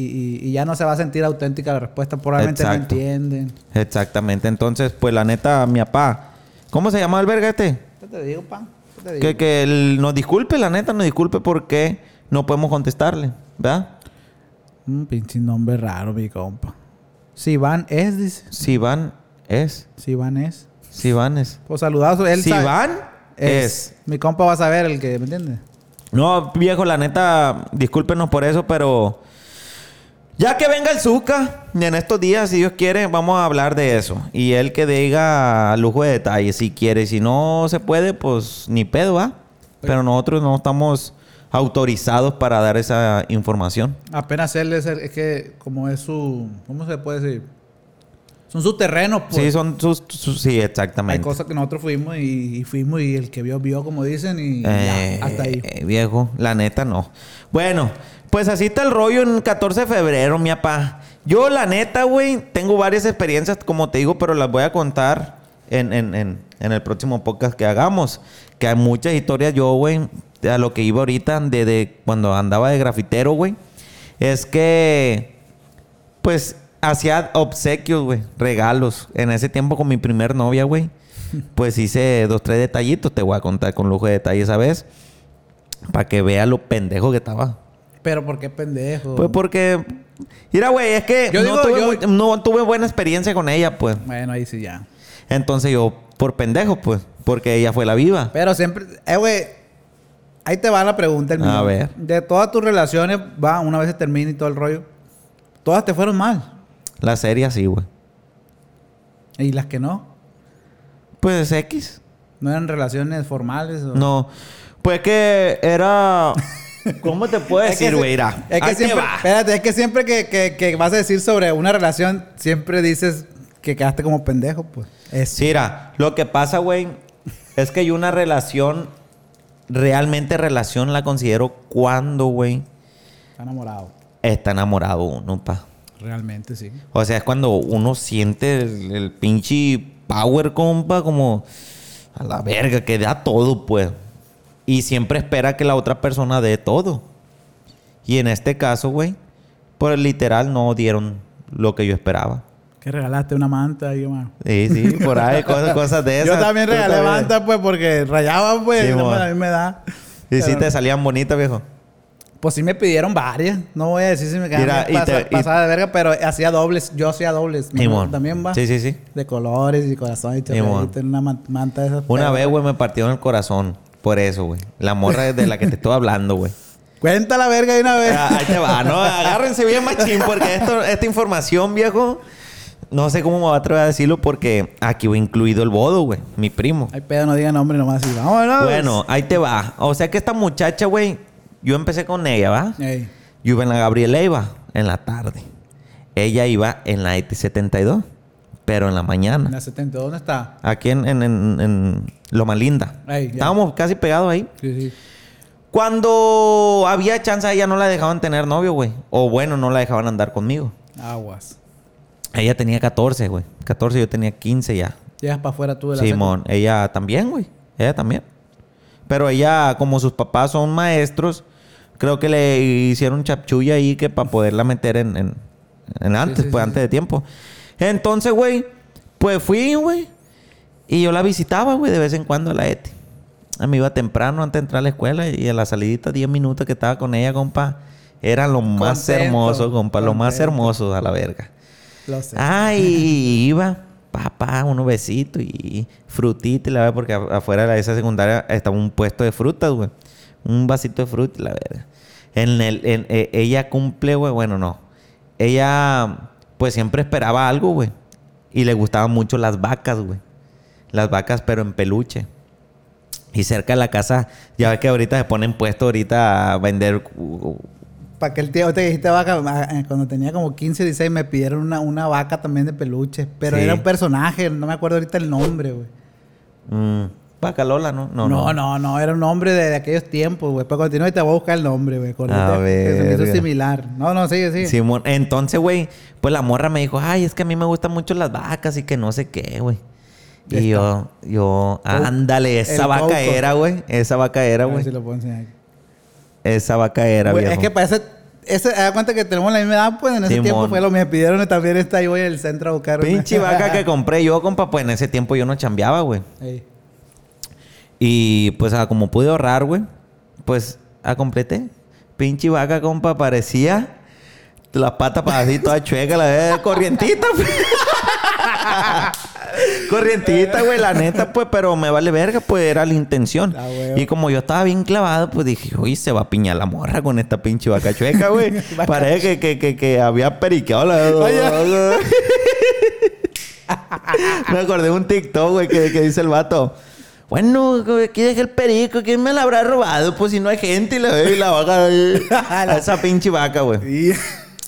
y- y ya no se va a sentir auténtica la respuesta. Probablemente Exacto. no entienden. Exactamente. Entonces, pues la neta, mi papá. ¿Cómo se llama el verga este? ¿Qué te digo, pa? ¿Qué te digo? Que, que él nos disculpe, la neta, nos disculpe porque no podemos contestarle, ¿verdad? Un pinche nombre raro, mi compa. Sivan es, dice. Si van es. Sivan es. Si van es. Pues saludazo. Él Si sabe- van es. Mi compa va a saber el que, ¿me entiendes? No, viejo, la neta, discúlpenos por eso, pero Ya que venga el Zuka, en estos días, si Dios quiere, vamos a hablar de eso. Y él que diga lujo de detalle, si quiere. Y Si no se puede, pues ni pedo, ¿ah? Pero nosotros no estamos autorizados para dar esa información. Apenas él es, el- es que, como es su. ¿Cómo se puede decir? Son su terreno, pues. sí, son sus... sus- sí, Hay exactamente. cosas que nosotros fuimos y, y fuimos y el que vio, vio, como dicen, y Eh, ya, hasta ahí. eh, viejo, la neta no. Bueno, pues así está el rollo en 14 de febrero, mi papá. Yo, la neta, güey, tengo varias experiencias, como te digo, pero las voy a contar en, en- en- en el próximo podcast que hagamos. Que hay muchas historias, yo, güey, a lo que iba ahorita, desde cuando andaba de grafitero, güey. Es que, pues, hacía obsequios, güey, regalos. En ese tiempo con mi primer novia, güey. Pues hice dos, tres detallitos. Te voy a contar con lujo de detalle, ¿sabes? Para que vea lo pendejo que estaba. Pero ¿por qué pendejo? Pues porque... Mira, güey, es que Yo no, digo, tuve yo- muy- no tuve buena experiencia con ella, pues. Bueno, ahí sí ya. Entonces yo, por pendejo, pues. Porque ella fue la viva. Pero siempre... Eh, güey. Ahí te va la pregunta. El A mío. ver. De todas tus relaciones, va, una vez se termina y todo el rollo. Todas te fueron mal. La serie así, güey. Y las que no. Pues X. No eran relaciones formales. o- No. Pues que era... ¿Cómo te puedo Es que decir, si- güey? Mira, Es que ahí te siempre, va. espérate, es que siempre que, que- que vas a decir sobre una relación, siempre dices que quedaste como pendejo, pues. Es, Sí, mira, lo que pasa, güey, es que yo una relación, realmente relación la considero cuando, güey, Está enamorado. está enamorado uno, pa. Realmente, sí. O sea, es cuando uno siente el, el pinche power, compa, como a la verga, que da todo, pues. Y siempre espera que la otra persona dé todo. Y en este caso, güey, pues literal no dieron lo que yo esperaba. Que regalaste una manta y más. Sí, sí, por ahí, cosas, cosas de esas. Yo también Tú regalé también. manta, pues, porque rayaba, pues. Sí, no, mo. a mí me da. Y sí Pero- te salían bonitas, viejo. Pues sí me pidieron varias. No voy a decir si me Mira, quedaron y bien pasa- te- y- pasada de verga, pero hacía dobles. Yo hacía dobles. Mi Simón. mamá También va. Sí, sí, sí. De colores y corazones y Simón. chocolate. Una man- manta de esas. Una Pero- vez, güey, me partieron el corazón. Por eso, güey. La morra de la que te estoy hablando, güey. Cuenta la verga de una vez. Ah, Ahí te va, ¿no? Agárrense bien, machín, porque esto- esta información, viejo, no sé cómo me va a atrever a decirlo porque aquí va incluido el bodo, güey. Mi primo. Ay, pues. pedo, no digan nombre nomás. Y vámonos. Bueno, ahí te va. O sea que esta muchacha, güey, yo empecé con ella, ¿va? Ey. Yo iba en la Gabriela iba en la tarde. Ella iba en la E ET72, pero en la mañana. En la 70, ¿dónde está? Aquí en, en, en- en Loma Linda. Ey, ya. Estábamos casi pegados ahí. Sí, sí. Cuando había chance, a ella no la dejaban tener novio, güey. O bueno, no la dejaban andar conmigo. Aguas. Ella tenía 14, güey. 14, yo tenía 15 ya. Llegas para afuera tú de la Simón, ella también, güey. Ella también. Pero ella, como sus papás son maestros, creo que le hicieron chapchulla ahí que para poderla meter en, en- en antes, sí, pues sí, antes de tiempo. Entonces, güey, pues fui, güey. Y yo la visitaba, güey, de vez en cuando a la ETI. A mí iba temprano antes de entrar a la escuela y a la salidita, 10 minutos que estaba con ella, compa. Era lo más Contento, hermoso, compa. Lo más contento. hermoso a la verga. Lo sé. Ah. Ay, iba, papá, unos besitos y frutita y la verdad, porque a- afuera de esa secundaria estaba un puesto de frutas, güey. Un vasito de fruta, y la verdad. En el, en- e- ella cumple, güey, bueno, no. Ella, pues siempre esperaba algo, güey. Y le gustaban mucho las vacas, güey. Las vacas, pero en peluche. Y cerca de la casa, ya ves que ahorita se ponen puesto ahorita a vender uh, Para que el tío te dijiste vaca, ma- eh, cuando tenía como 15, 16, me pidieron una, una vaca también de peluche. Pero Sí. era un personaje, no me acuerdo ahorita el nombre, güey. mm, vaca Lola, ¿no? No no. no, era un nombre de, de aquellos tiempos, güey. Para continuar y te voy a buscar el nombre, güey. Acordé A que se me hizo Ah, verga. similar. No, no, sigue, sigue. Simón, entonces, güey, pues la morra me dijo, ay, es que a mí me gustan mucho las vacas y que no sé qué, güey. Ya Y yo, yo, Cau- ándale, esa el vaca cauco. era, güey. Esa vaca era, A ver güey. si lo puedo enseñar aquí. Esa vaca era, Güey, güey. es que parece. Ese, da cuenta que tenemos la misma edad, pues en ese Simón. tiempo fue lo que me pidieron también está ahí voy al centro a buscar. una. Pinche vaca que compré yo, compa, pues en ese tiempo yo no chambeaba, güey. Ey. Y pues ah, como pude ahorrar, güey, pues ah, completé. Pinche vaca, compa, parecía la pata para así toda chueca, la de corrientita. güey. Corrientita, güey, la neta, pues, pero me vale verga, pues era la intención. Ah, güey. y como yo estaba bien clavado, pues dije, uy, se va a piñar la morra con esta pinche vaca chueca, güey. Parece que, que, que, que había periqueado la. me acordé de un TikTok, güey, que, que dice el vato. Bueno, güey, aquí dejé el perico, ¿quién me la habrá robado? Pues si no hay gente y la, y la vaca. eh, a esa pinche vaca, güey. Y-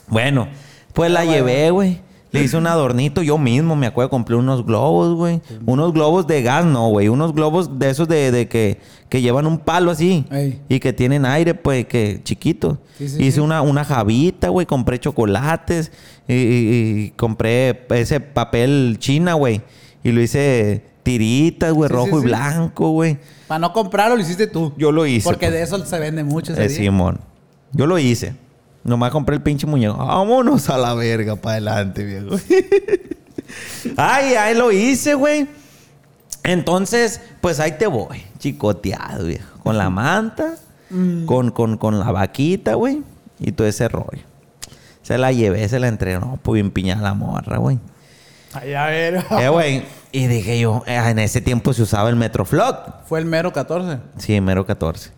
Bueno, pues Ah, la llevé, güey. Le hice un adornito yo mismo, me acuerdo, compré unos globos, güey. Unos globos de gas, no, güey. Unos globos de esos de, de que, que llevan un palo así Ey. y que tienen aire, pues, que chiquito. Sí, sí, hice sí. Una, una jabita, güey. Compré chocolates y, y- y compré ese papel china, güey. Y lo hice tiritas, güey, Sí, sí, rojo y sí. blanco, güey. Para no comprarlo, lo hiciste tú. Yo lo hice, Porque pues. de eso se vende mucho. ese Eh, día. Simón. Yo lo hice. Nomás compré el pinche muñeco. Vámonos a la verga para adelante, viejo. ay, ay, lo hice, güey. Entonces, pues ahí te voy, chicoteado, viejo. Con la manta, con, con, con la vaquita, güey. Y todo ese rollo. Se la llevé, se la entregué. No, pues bien piñada la morra, güey. Ay, a ver. Eh, güey. Y dije yo, eh, en ese tiempo se usaba el Metroflog. Fue el mero 14. Sí, mero 14.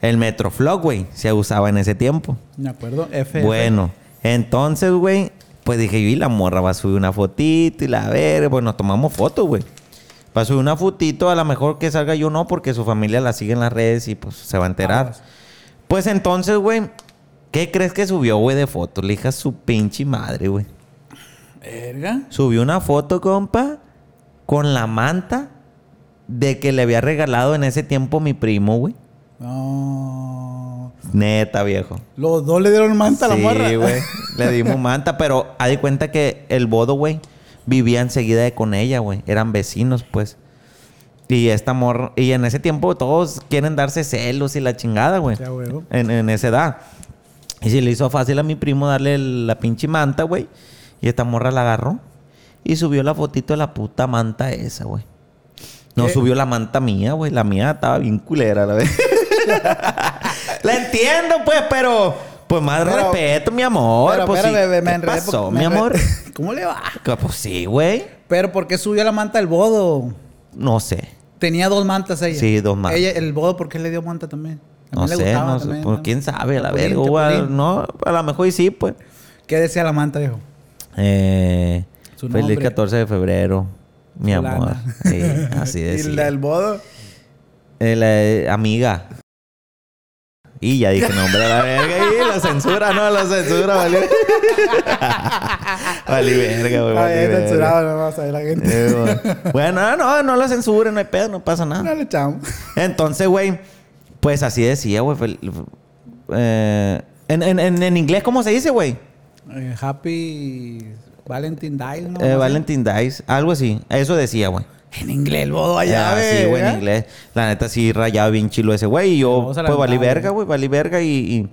El Metroflog, güey, se usaba en ese tiempo. Me acuerdo. F. Bueno, entonces, güey, pues dije yo, y la morra va a subir una fotito y la ver, pues nos tomamos fotos, güey. Va a subir una fotito, a lo mejor que salga yo no, porque su familia la sigue en las redes y pues se va a enterar. Pues entonces, güey, ¿qué crees que subió, güey, de foto? Le dije a su pinche madre, güey. Verga. Subió una foto, compa, con la manta de que le había regalado en ese tiempo mi primo, güey. No. Neta, viejo. Los dos le dieron manta a la morra. Sí, güey. Le dimos manta, pero haz de cuenta que el bodo, güey, vivía enseguida de con ella, güey. Eran vecinos, pues. Y esta morra... Y en ese tiempo todos quieren darse celos y la chingada, güey. Ya, güey. En, en esa edad. Y se le hizo fácil a mi primo darle el- la pinche manta, güey. Y esta morra la agarró. Y subió la fotito de la puta manta esa, güey. No subió la manta mía, güey. La mía estaba bien culera, la vez. la entiendo, pues, pero... Pues más Pero- respeto, mi amor. Pero, pues, espérame, sí. me- me ¿Qué enredé pasó, porque- mi me enredé. amor? ¿Cómo le va? Que, pues sí, güey. Pero ¿por qué subió la manta el bodo? No sé. Tenía dos mantas ella. Sí, dos mantas. Ella, el bodo, ¿por qué le dio manta también? No También le sé, gustaba, no sé. también, Pues, también. quién sabe, la Chapulín, verga. güey, chapulín. No, a lo mejor y sí, pues. ¿Qué decía la manta, viejo? Eh, Su feliz nombre. 14 de febrero, mi Fulana. amor. Sí, así ¿Y es. la del bodo? amiga. Y ya dije nombre a la verga. Y la censura, no, la censura, vale. vale verga, güey. Ay, Vale, es verga. censurado, no vamos a ver la gente. Eh, güey. bueno, no, no, no la censuren, no hay pedo, no pasa nada. No le echamos. Entonces, güey, pues así decía, güey. fel- eh, en, en- en- en inglés, ¿cómo se dice, güey? Eh, Happy Valentine Day, ¿no? Eh, Valentine Dice, algo así. Eso decía, güey. En inglés, el bodo allá, Ah, sí, güey, en ¿verdad? inglés. La neta sí rayaba bien chilo ese güey. Y yo, Vamos a la pues valí mitad, verga, güey, valí verga y, y,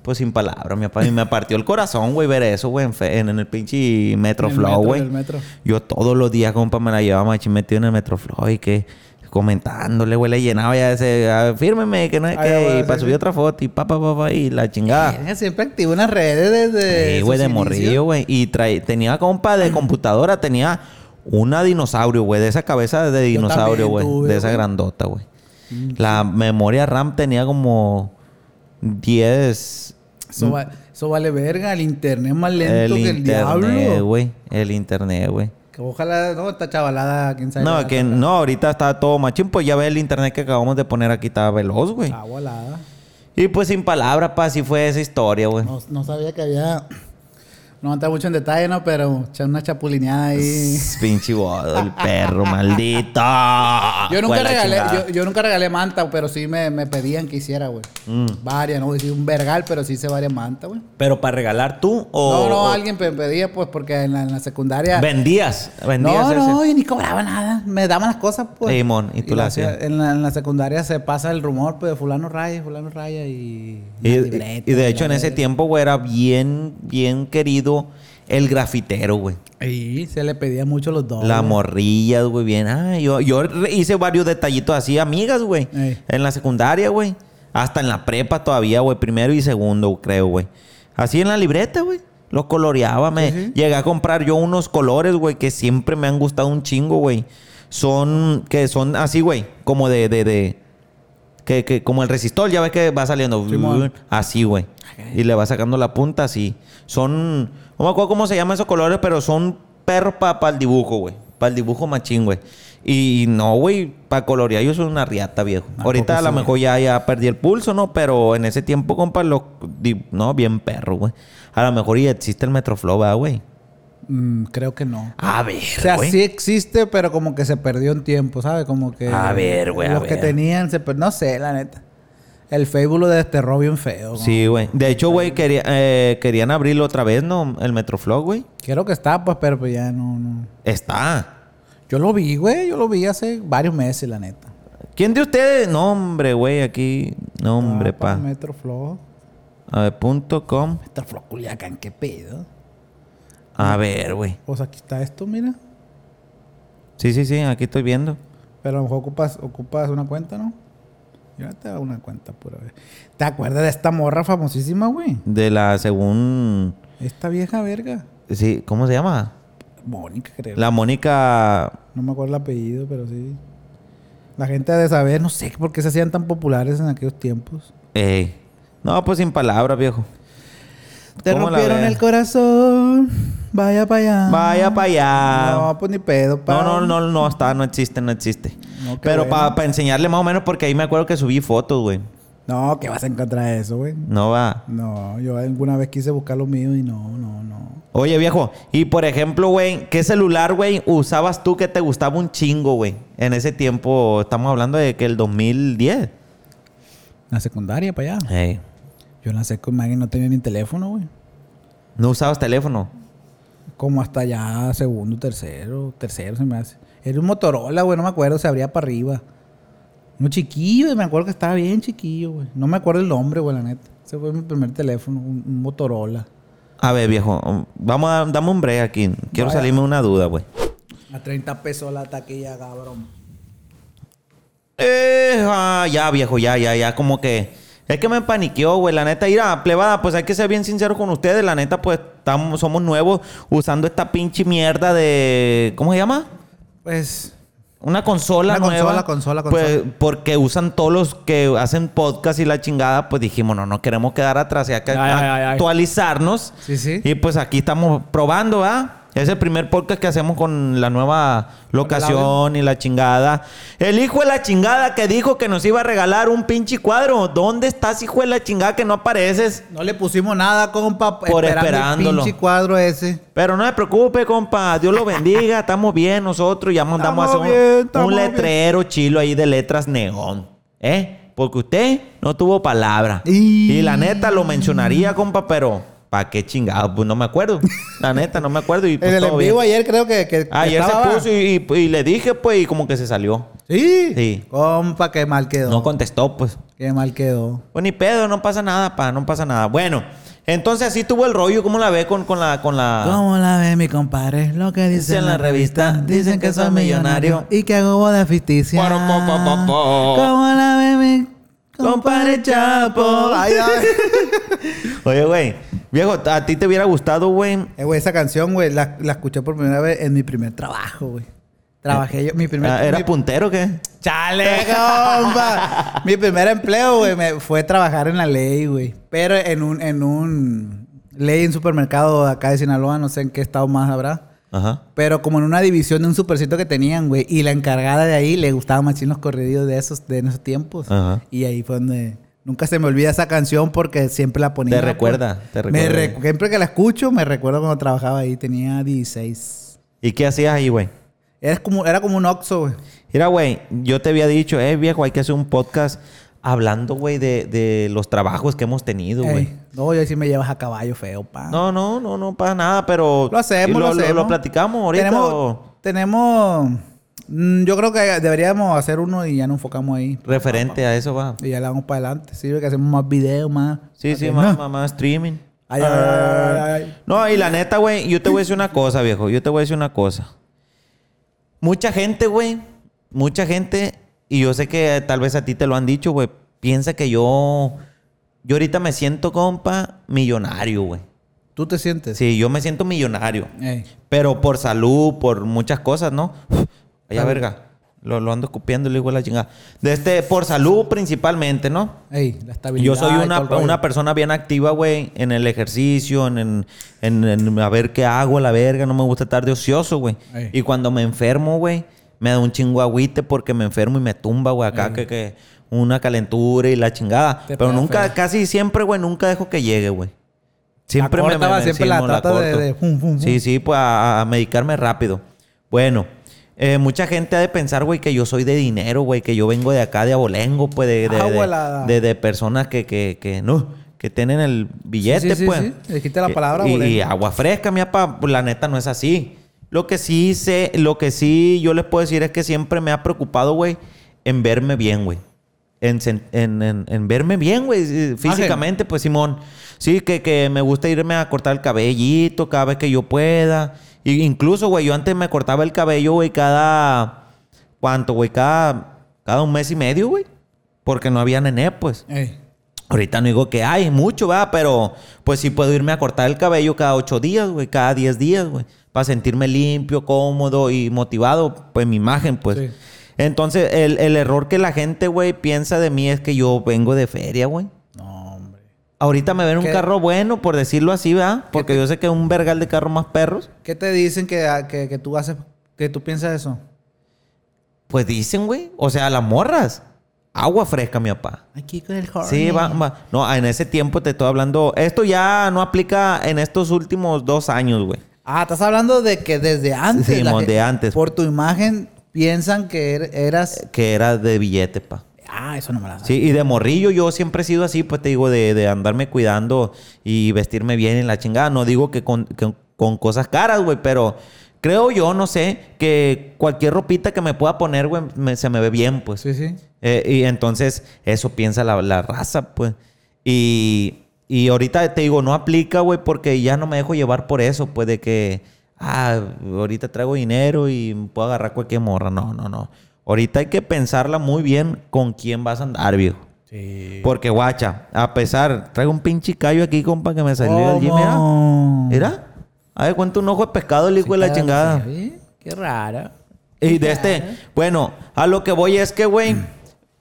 pues sin palabras. Me, apa- me partió el corazón, güey, ver eso, güey, en, fe- en- en el pinche Metro En el Flow, metro, güey. en el metro. Yo todos los días, compa, me la llevaba machín metido en el Metro Flow y que comentándole, güey, le llenaba ya ese, "Ah, fírmeme, que no es Ay, que, güey, y para sí, subir sí. otra foto y pa, pa, pa, pa, y la chingada. Verga, Siempre activo unas redes desde. Sí, Eh, güey, sus de inicios. morrillo, güey. Y trae- tenía compa de computadora, tenía una dinosaurio, güey, de esa cabeza de Yo dinosaurio, también güey. tuve, De esa güey. Mm, grandota, güey. La memoria RAM tenía como 10. Eso, va- eso vale verga. El internet más Mm. El lento que el internet, diablo. güey. El internet, güey. Que ojalá, no, esta chavalada, quién sabe. No, que no, ahorita está todo machín. Pues ya ve el internet que acabamos de poner aquí, está veloz, güey. Está volada. Y pues sin palabras, pa, así fue esa historia, güey. No, no sabía que había. No entra mucho en detalle, ¿no? Pero echar una chapulineada ahí. Pinche bodo, el perro, maldito. Yo nunca, Fue la regalé, Ah, chingada. yo, yo nunca regalé manta, pero sí me, me pedían que hiciera, güey. Mm. Varias, no voy a decir un vergal, pero sí hice varias mantas, güey. ¿Pero para regalar tú o...? no, no, o- alguien me pedía, pues, porque en la, en la secundaria. ¿Vendías? ¿Vendías No, ese? no, yo ni cobraba nada. Me daban las cosas, pues. Simón, y tú lo la hacía- hacías. En la, en la secundaria se pasa el rumor, pues, de fulano raya, fulano raya y... Y, las y- libretas, y de hecho en la- ese tiempo, güey, era bien, bien querido el grafitero, güey. Y se le pedía mucho los dos. Las Oh, güey. morrillas, güey, bien. Ah, yo, yo re- hice varios detallitos así, amigas, güey. Ey. En la secundaria, güey. Hasta en la prepa todavía, güey. Primero y segundo, creo, güey. Así en la libreta, güey. Los coloreaba, me llegué a comprar yo unos colores, güey, que siempre me han gustado un chingo, güey. Son, que son así, güey, como de, de, de, que, que como el resistor, ya ves que va saliendo Simón. así, güey. Y le va sacando la punta así. Son, no me acuerdo cómo se llaman esos colores, pero son perros para el dibujo, güey. Para el dibujo machín, güey. Y no, güey, para colorear yo soy una riata, viejo. Ahorita a lo mejor ya, ya perdí el pulso, ¿no? Pero en ese tiempo, compa, lo, di- no, bien perro, güey. A lo mejor y existe el Metroflow, ¿verdad, güey? Mm, creo que no. A ver, O sea, Ah, güey. sí existe, pero como que se perdió en tiempo, ¿sabes? Como que. A ver, güey, a Los que ver. tenían, se per- no sé, la neta. El Facebook lo desterró bien feo. ¿no? Sí, güey. De hecho, güey, quería- eh, querían abrirlo otra vez, ¿no? El Metroflow, güey. Quiero que está, pues, pero pues ya no, no. Está. Yo lo vi, güey. Yo lo vi hace varios meses, la neta. ¿Quién de ustedes? No, hombre, güey, aquí. No, hombre, Ah, pa, pa. Metro Flow. A ver, punto com. Metro Flow Culiacán, qué pedo. A ver, güey. Pues aquí está esto, mira. Sí, sí, sí, aquí estoy viendo. Pero a lo mejor ocupas, ocupas una cuenta, ¿no? Yo te hago una cuenta pura vez. ¿Te acuerdas de esta morra famosísima, güey? De la según. Esta vieja verga. Sí, ¿cómo se llama? Mónica, creo. La Mónica. No me acuerdo el apellido, pero sí. La gente ha de saber, no sé por qué se hacían tan populares en aquellos tiempos. Ey. No, pues sin palabras, viejo. Te ¿Cómo la rompieron ves? el corazón. Vaya para allá. Vaya para allá. No, pues ni pedo, pa. No, no, no, no está, no existe, no existe. No, qué Pero para bueno. enseñarle más o menos, porque ahí me acuerdo que subí fotos, güey. No, que vas a encontrar eso, güey. No va. No, yo alguna vez quise buscar lo mío y no, no, no. Oye, viejo, y por ejemplo, güey, ¿qué celular, güey, usabas tú que te gustaba un chingo, güey? En ese tiempo, estamos hablando de que el 2010. La secundaria para allá. Ey. Yo en la secundaria no tenía ni teléfono, güey. No usabas teléfono. Como hasta allá, segundo, tercero, tercero se me hace. Era un Motorola, güey, no me acuerdo, se abría para arriba. Un chiquillo, y me acuerdo que estaba bien chiquillo, güey. No me acuerdo el nombre, güey, la neta. Ese fue mi primer teléfono, un, un Motorola. A ver, viejo, vamos a dame un break aquí. Quiero Vaya. salirme una duda, güey. A 30 pesos la taquilla, cabrón. Eh, ah, ya, viejo, ya, ya, ya, como que. Es que me paniqueó, güey. La neta, mira, plebada, pues hay que ser bien sincero con ustedes. La neta, pues estamos, somos nuevos usando esta pinche mierda de. ¿Cómo se llama? Pues, Una consola Una nueva. consola, consola, Pues, consola. porque usan todos los que hacen podcast y la chingada, pues dijimos, no, no queremos quedar atrás y hay que Ay, ay, ay, ay. actualizarnos. Sí, sí. Y pues aquí estamos probando, ¿ah? Es el primer podcast que hacemos con la nueva locación y la chingada. El hijo de la chingada que dijo que nos iba a regalar un pinche cuadro. ¿Dónde estás, hijo de la chingada, que no apareces? no le pusimos nada, compa, Por esperando el esperándolo. pinche cuadro ese. Pero no se preocupe, compa. Dios lo bendiga. Estamos bien nosotros. Ya mandamos Estamos a hacer un- bien, estamos un, bien. letrero chilo ahí de letras neón. ¿Eh? Porque usted no tuvo palabra. Y- Y, la neta lo mencionaría, compa, pero ¿para qué chingado? Pues no me acuerdo. La neta, no me acuerdo. Y pues, En el todo en vivo bien. Ah, ayer creo que, que Ayer estaba- se puso y, y- y le dije, pues, y como que se salió. Sí. Sí. Compa, qué mal quedó. No contestó, pues. Qué mal quedó. Pues ni pedo, no pasa nada, pa, no pasa nada. Bueno, entonces así tuvo el rollo, ¿cómo la ve con, con la, con la. ¿Cómo la ve mi compadre? Lo que Ah. dice Dice en la revista. Dicen que soy millonario. Y que hago boda ficticia. Poro, po, po, po, po. ¿Cómo la ve mi Compadre Chapo. Ay, ay. Oye, güey. Viejo, ¿a ti te hubiera gustado, güey? Eh, güey, esa canción, güey, la, la escuché por primera vez en mi primer trabajo, güey. Trabajé yo, mi primer... Ah, ¿Era mi- puntero o qué? ¡Chale, compa! mi primer empleo, güey, me- fue trabajar en la ley, güey. Pero en un, en un... Ley en supermercado de acá de Sinaloa, no sé en qué estado más habrá. Ajá. Pero como en una división de un supercito que tenían, güey. Y la encargada de ahí le gustaba machín los corridos de esos, de en esos tiempos. Ajá. Y ahí fue donde. Nunca se me olvida esa canción porque siempre la ponía. Te recuerda, te Me recuerda. recu- siempre que la escucho, me recuerdo cuando trabajaba ahí. Tenía 16. ¿Y qué hacías ahí, güey? Era como, era como un oxo, güey. Mira, güey, yo te había dicho, eh, viejo, hay que hacer un podcast hablando, güey, de, de los trabajos que hemos tenido, güey. Ey, No, yo sí me llevas a caballo feo, pa. No, no, no, no pasa nada, pero. Lo hacemos, ¿Y lo, hacemos. Lo, platicamos ahorita. Tenemos. o tenemos mm, yo creo que deberíamos hacer uno y ya nos enfocamos ahí. Referente a eso, va. Y ya la vamos para adelante. Sirve que hacemos más videos, más. Sí, sí, Ok, más, ¿no? más- más streaming. Ay, ay, ay, ay, ay. No, y la neta, güey, yo te voy a decir una cosa, viejo. Yo te voy a decir una cosa. Mucha gente, güey, mucha gente, y yo sé que eh, tal vez a ti te lo han dicho, güey, piensa que yo, yo ahorita me siento, compa, millonario, güey. ¿Tú te sientes? Sí, yo me siento millonario. Ey. Pero por salud, por muchas cosas, ¿no? Allá, verga. Lo, lo ando escupiendo y le digo la chingada. De este, por salud principalmente, ¿no? Ey, la estabilidad. Yo soy y una, todo el rollo. una persona bien activa, güey, en el ejercicio, en, en, en- en a ver qué hago, la verga. No me gusta estar de ocioso, güey. Ey. Y cuando me enfermo, güey, me da un chingo agüite porque me enfermo y me tumba, güey, acá que, que una calentura y la chingada. Te Pero pega nunca, feo. casi siempre, güey, nunca dejo que llegue, güey. Siempre La me, corta, me- va, me- siempre sí, la mo- trata de- corto. de fum, fum, fum. Sí, sí, pues a, a medicarme rápido. Bueno, eh, mucha gente ha de pensar, güey, que yo soy de dinero, güey, que yo vengo de acá, de abolengo, pues, de, de, Ah, de- volada. de- de personas que, que, que no, que tienen el billete, Sí, sí, sí, pues. sí. Dijiste la Eh, palabra, y, y abolengo. agua fresca, mi papá, la neta no es así. Lo que sí sé, lo que sí yo les puedo decir es que siempre me ha preocupado, güey, en verme bien, güey. En, sen- en, en- en verme bien, güey, sí, físicamente, pues Simón. Sí, que, que me gusta irme a cortar el cabellito cada vez que yo pueda. Y incluso, güey, yo antes me cortaba el cabello, güey, cada... ¿Cuánto, güey? Cada, cada un mes y medio, güey. Porque no había nené, pues. Ey. Ahorita no digo que hay mucho, va, pero pues sí puedo irme a cortar el cabello cada ocho días, güey, cada diez días, güey, para sentirme limpio, cómodo y motivado, pues mi imagen, pues. Sí. Entonces, el, el error que la gente, güey, piensa de mí es que yo vengo de feria, güey. No, hombre. Ahorita me ven un ¿Qué? carro bueno, por decirlo así, va, porque yo sé que es un vergal de carro más perros. ¿Qué te dicen que, ah, que, que tú haces, que tú piensas eso? Pues dicen, güey, o sea, las morras. Agua fresca, mi papá. Aquí con el Sí, va, va. No, en ese tiempo te estoy hablando. Esto ya no aplica en estos últimos dos años, güey. Ah, estás hablando de que desde antes. Sí, la mon, gente- de antes. Por tu imagen piensan que er- eras. que era de billete, pa. Ah, eso no me la sabía. Sí, y de morrillo yo siempre he sido así, pues te digo, de, de andarme cuidando y vestirme bien en la chingada. No digo que con, que con cosas caras, güey, pero creo yo, no sé, que cualquier ropita que me pueda poner, güey, me- se me ve bien, pues. Sí, sí. Eh, y entonces eso piensa la, la raza, pues. Y, y ahorita te digo, no aplica, güey, porque ya no me dejo llevar por eso, pues, de que, ah, ahorita traigo dinero y puedo agarrar cualquier morra. No, no, no. Ahorita hay que pensarla muy bien con quién vas a andar, viejo. Porque, guacha, a pesar, traigo un pinche callo aquí, compa, que me salió del gym. Mira, ¿Cómo? mira. A ver, cuánto un ojo de pescado el hijo de la chingada. Sí, Qué raro. Y de este, bueno, a lo que voy es que, güey,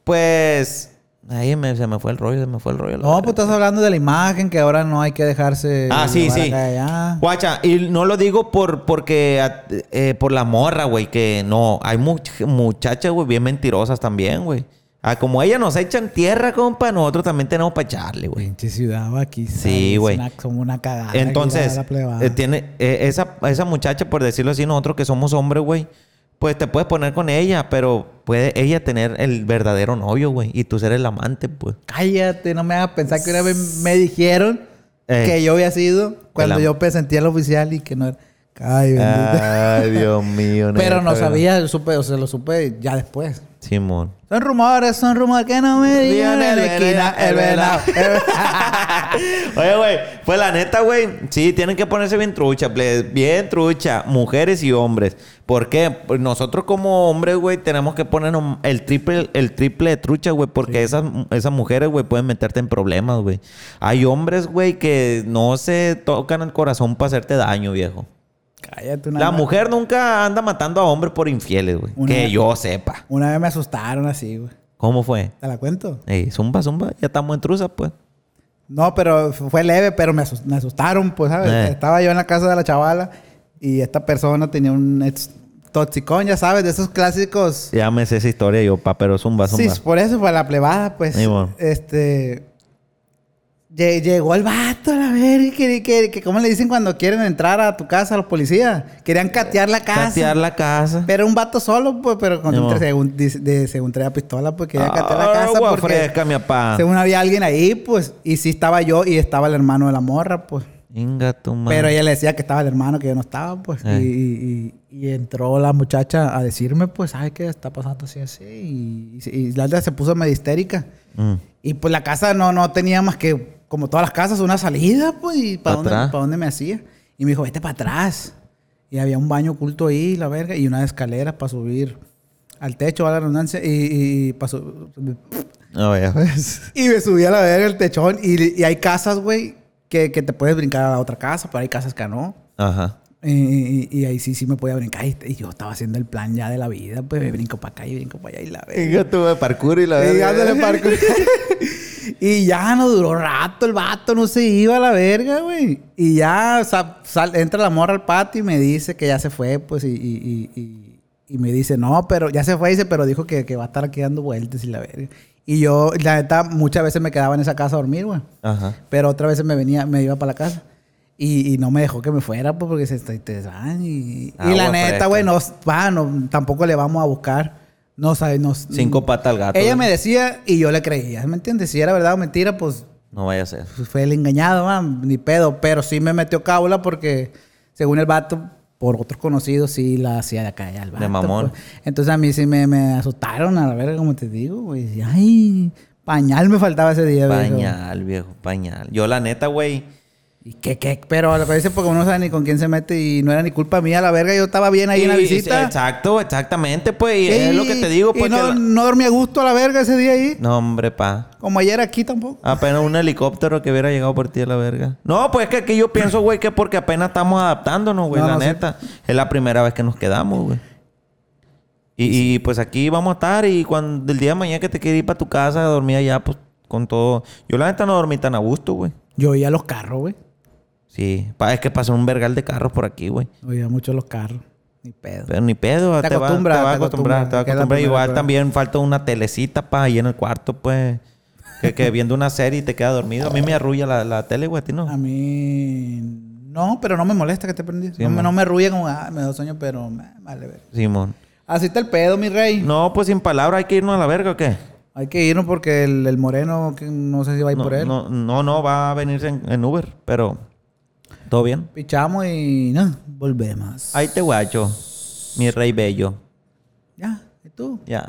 pues. Ahí me- se me fue el rollo, se me fue el rollo. la No, verga. pues estás hablando de la imagen que ahora no hay que dejarse. Ah, sí, llevar sí. acá y allá. Guacha, y no lo digo por porque a- eh, por la morra, güey, que no, hay much- muchachas, güey, bien mentirosas también, güey. Ah, como ellas nos echan tierra, compa, nosotros también tenemos para echarle, güey. Pinche ciudad va aquí. Sí, ¿sabes? güey. Una- Somos una cagada. aquí, la- Entonces, la plebada. eh, tiene, eh, esa, esa muchacha, por decirlo así, nosotros que somos hombres, güey, pues te puedes poner con ella, pero puede ella tener el verdadero novio, güey, y tú ser el amante, pues. Cállate, no me hagas pensar que una vez me dijeron Ey. que yo había sido cuando am- yo presenté al oficial y que no era. Ay, Ah, bendito. Ay, Dios mío. Pero neta, no güey. sabía, lo supe, o sea, lo supe ya después. Simón. Son rumores, son rumores que no me digan Digan en el la esquina, venado, el el venado. Oye, güey, pues la neta, güey, sí, tienen que ponerse bien trucha, ple- bien trucha, mujeres y hombres. ¿Por qué? Pues nosotros como hombres, güey, tenemos que ponernos el triple, el triple de trucha, güey, porque esas, esas mujeres, güey, pueden meterte en problemas, güey. Hay hombres, güey, que no se tocan el corazón para hacerte daño, viejo. Cállate una La vez- mujer nunca anda matando a hombres por infieles, güey. Una- Que yo sepa. Una vez me asustaron así, güey. ¿Cómo fue? ¿Te la cuento? Ey, zumba, zumba, ya estamos en truza, pues. No, pero f- fue leve, pero me, asus- me asustaron, pues, ¿sabes? Eh. Estaba yo en la casa de la chavala y esta persona tenía un ex- toxicón, ya sabes, de esos clásicos. Ya me sé esa historia yo, pa, pero zumba, Sí, zumba. por eso, para la plebada, pues. Sí, bueno. Este. lle- Llegó el vato, a la verga, que, que, que- ¿cómo le dicen cuando quieren entrar a tu casa los policías? Querían catear la casa. Catear la casa. Pero un vato solo, pues, pero con Sí, un bueno. según, dice- de, según traía pistola, pues quería catear la Ah, casa. agua porque fresca, mi papá. Según había alguien ahí, pues, y sí estaba yo y estaba el hermano de la morra, pues. Inga tu madre. Pero ella le decía que estaba el hermano, que yo no estaba, pues. Eh. Y, y- y- y entró la muchacha a decirme, pues, ¿sabes qué? Está pasando así, así. Y, y- y la otra se puso medio histérica. Mm. Y pues la casa no, no tenía más que, como todas las casas, una salida, pues. ¿Y Pa' para dónde, atrás. pa' dónde me hacía? Y me dijo, vete para atrás. Y había un baño oculto ahí, la verga, y unas escaleras para subir al techo, a la redundancia, y, y para subir. A ver. pues. Y me subí a la verga el techón. Y, y hay casas, güey, que, que te puedes brincar a la otra casa, pero hay casas que no. Ajá. Y, y- y ahí sí, sí me podía brincar. Y, y yo estaba haciendo el plan ya de la vida, pues me brinco para acá y brinco para allá y la verga. Yo tuve parkour y la Y verga. ándale, parkour. Y ya no duró rato, el vato no se iba a la verga, güey. Y ya sa- sal- entra la morra al patio y me dice que ya se fue, pues, y, y- y- y- y me dice, no, pero ya se fue, dice, pero dijo que, que va a estar aquí dando vueltas y la verga. Y yo, la neta, muchas veces me quedaba en esa casa a dormir, güey. Ajá. Pero otra vez me venía, me iba para la casa. Y, y no me dejó que me fuera, pues, porque se te, te van. Y, y Agua la neta, fresca. güey, no, va, no, tampoco le vamos a buscar. No sabe, no. Cinco patas al gato. Ella me güey. decía y yo le creía, ¿me entiendes? Si era verdad o mentira, pues, No vaya a ser. pues, fue el engañado, va, ni pedo. Pero sí me metió cábula porque, según el vato, por otros conocidos, sí la hacía de acá allá al vato. mamón. pues. Entonces a mí sí me, me asustaron, a la verga, como te digo, güey. Ay, pañal me faltaba ese día, viejo. Pañal, viejo, pañal. Yo, la neta, güey. ¿Y qué, qué? Pero lo que dice, porque uno no sabe ni con quién se mete y no era ni culpa mía, la verga. Yo estaba bien ahí en la Y- visita. Exacto, exactamente, pues. Y es Y- lo que te digo, y pues. que no, la- no dormí a gusto a la verga ese día ahí. no, hombre, pa. Como ayer aquí tampoco. Apenas un helicóptero que hubiera llegado por ti a la verga. No, pues es que aquí yo pienso, güey, que porque apenas estamos adaptándonos, güey, No, la no, sí. neta. Es la primera vez que nos quedamos, güey. Y, y, pues aquí vamos a estar y cuando el día de mañana que te quieras ir para tu casa a dormir allá, pues con todo. Yo la neta no dormí tan a gusto, güey. Yo oía los carros, güey. Sí, pa- es que pasó un vergal de carros por aquí, güey. Oía mucho los carros. Ni pedo. Pero ni pedo, Te te, va- acostumbras, te va a acostumbrar, te va a te acostumbras, que es la acostumbrar. primera Igual vez. también falta una telecita, pa, ahí en el cuarto, pues. Que, que viendo una serie y te queda dormido. A mí me arrulla la, la tele, güey, a ti no. A mí. No, pero no me molesta que esté prendido. Sí, no, me, man. no me arrulla como, ah, me da sueño, pero me- vale, ver. Simón. Así está el pedo, mi rey. No, pues sin palabra, hay que irnos a la verga o qué? Hay que irnos porque el, el moreno, que no sé si va a ir No, por él. no, no, no, va a venirse en, en Uber, pero todo bien. Pichamos y no, volvemos. Ahí te guacho, mi rey bello. Ya, ¿y tú? Ya.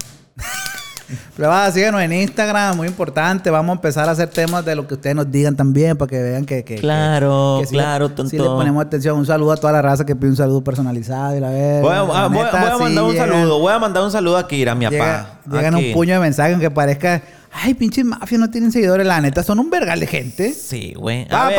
Plebada, síganos en Instagram, muy importante. Vamos a empezar a hacer temas de lo que ustedes nos digan también para que vean que. que Claro, que- que sí le- claro, sí tonto. le ponemos atención. Un saludo a toda la raza que pide un saludo personalizado y la verga. Voy a, La ah, voy a- neta, voy a sí mandar un llegan- saludo, voy a mandar un saludo aquí, a mi Llega- papá. llegan un puño de mensajes aunque parezca, ay, pinche mafia, no tienen seguidores. La neta, son un vergal de gente. Sí, güey. A Para ver,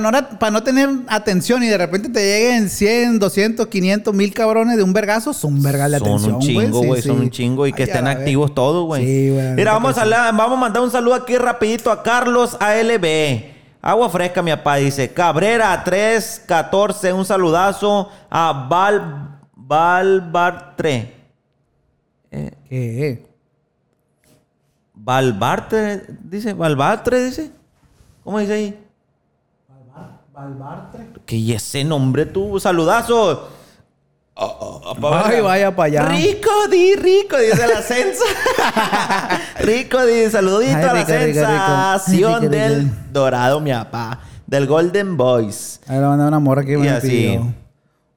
no, na- pa no tener atención y de repente te lleguen 100, 200, 500, 1000 cabrones de un vergazo, son un vergal de son atención. un chingo, Sí, güey, son sí. un chingo y que Ay, a estén la activos verga. todos, güey. Sí, güey. la Mira, neta vamos que a, sí. hablar- vamos a mandar un saludo aquí rapidito a Carlos ALB. Agua fresca, mi papá, dice. Cabrera 314, un saludazo a Val Valbartre. ¿Qué? Valbartre, dice, Valbartre, dice. ¿Cómo dice ahí? Valbartre. Que ese nombre tú, saludazo. Oh, oh, oh, pa' Ay, verga. vaya para allá. Rico, di, rico, dice la censa. rico, di, saludito Ay, a la rico, rico, rico. sensación Ay, rico, del rico. Dorado, mi papá. Del Golden Boys. Ahí le mandé una morra que Y me así. pidió.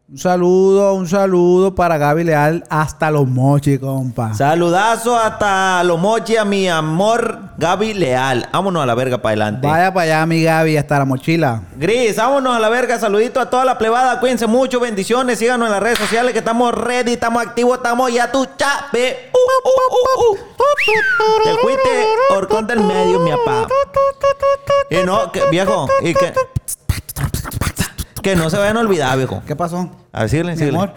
Un saludo, un saludo para Gaby Leal hasta los mochis, compa. Saludazo hasta Lomochi a mi amor Gaby Leal. Vámonos a la verga para adelante. Vaya para allá, mi Gaby, hasta la mochila. Gris, vámonos a la verga. Saludito a toda la plebada. Cuídense mucho. Bendiciones. Síganos en las redes sociales que estamos ready, estamos activos, estamos ya tu chape. uh, Te fuiste uh. Orcón del medio, mi papá. Y no, que- viejo, y que. Que no se vayan a olvidar, viejo. ¿Qué pasó? A decirle, Mi decirle. amor.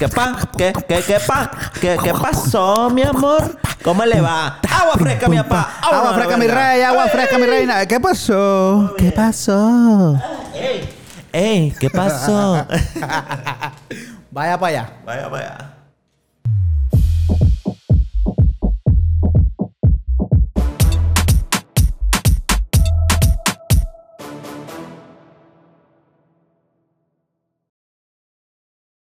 ¿Qué pa? ¿Qué, qué, qué pa? ¿Qué, qué pasó, mi amor? ¿Cómo le va? Agua fresca, mi papá. Agua fresca, mi rey, agua fresca, mi reina. ¿Qué pasó? ¿Qué pasó? ¡Ey! ¿Qué pasó? Vaya para allá. vaya, vaya.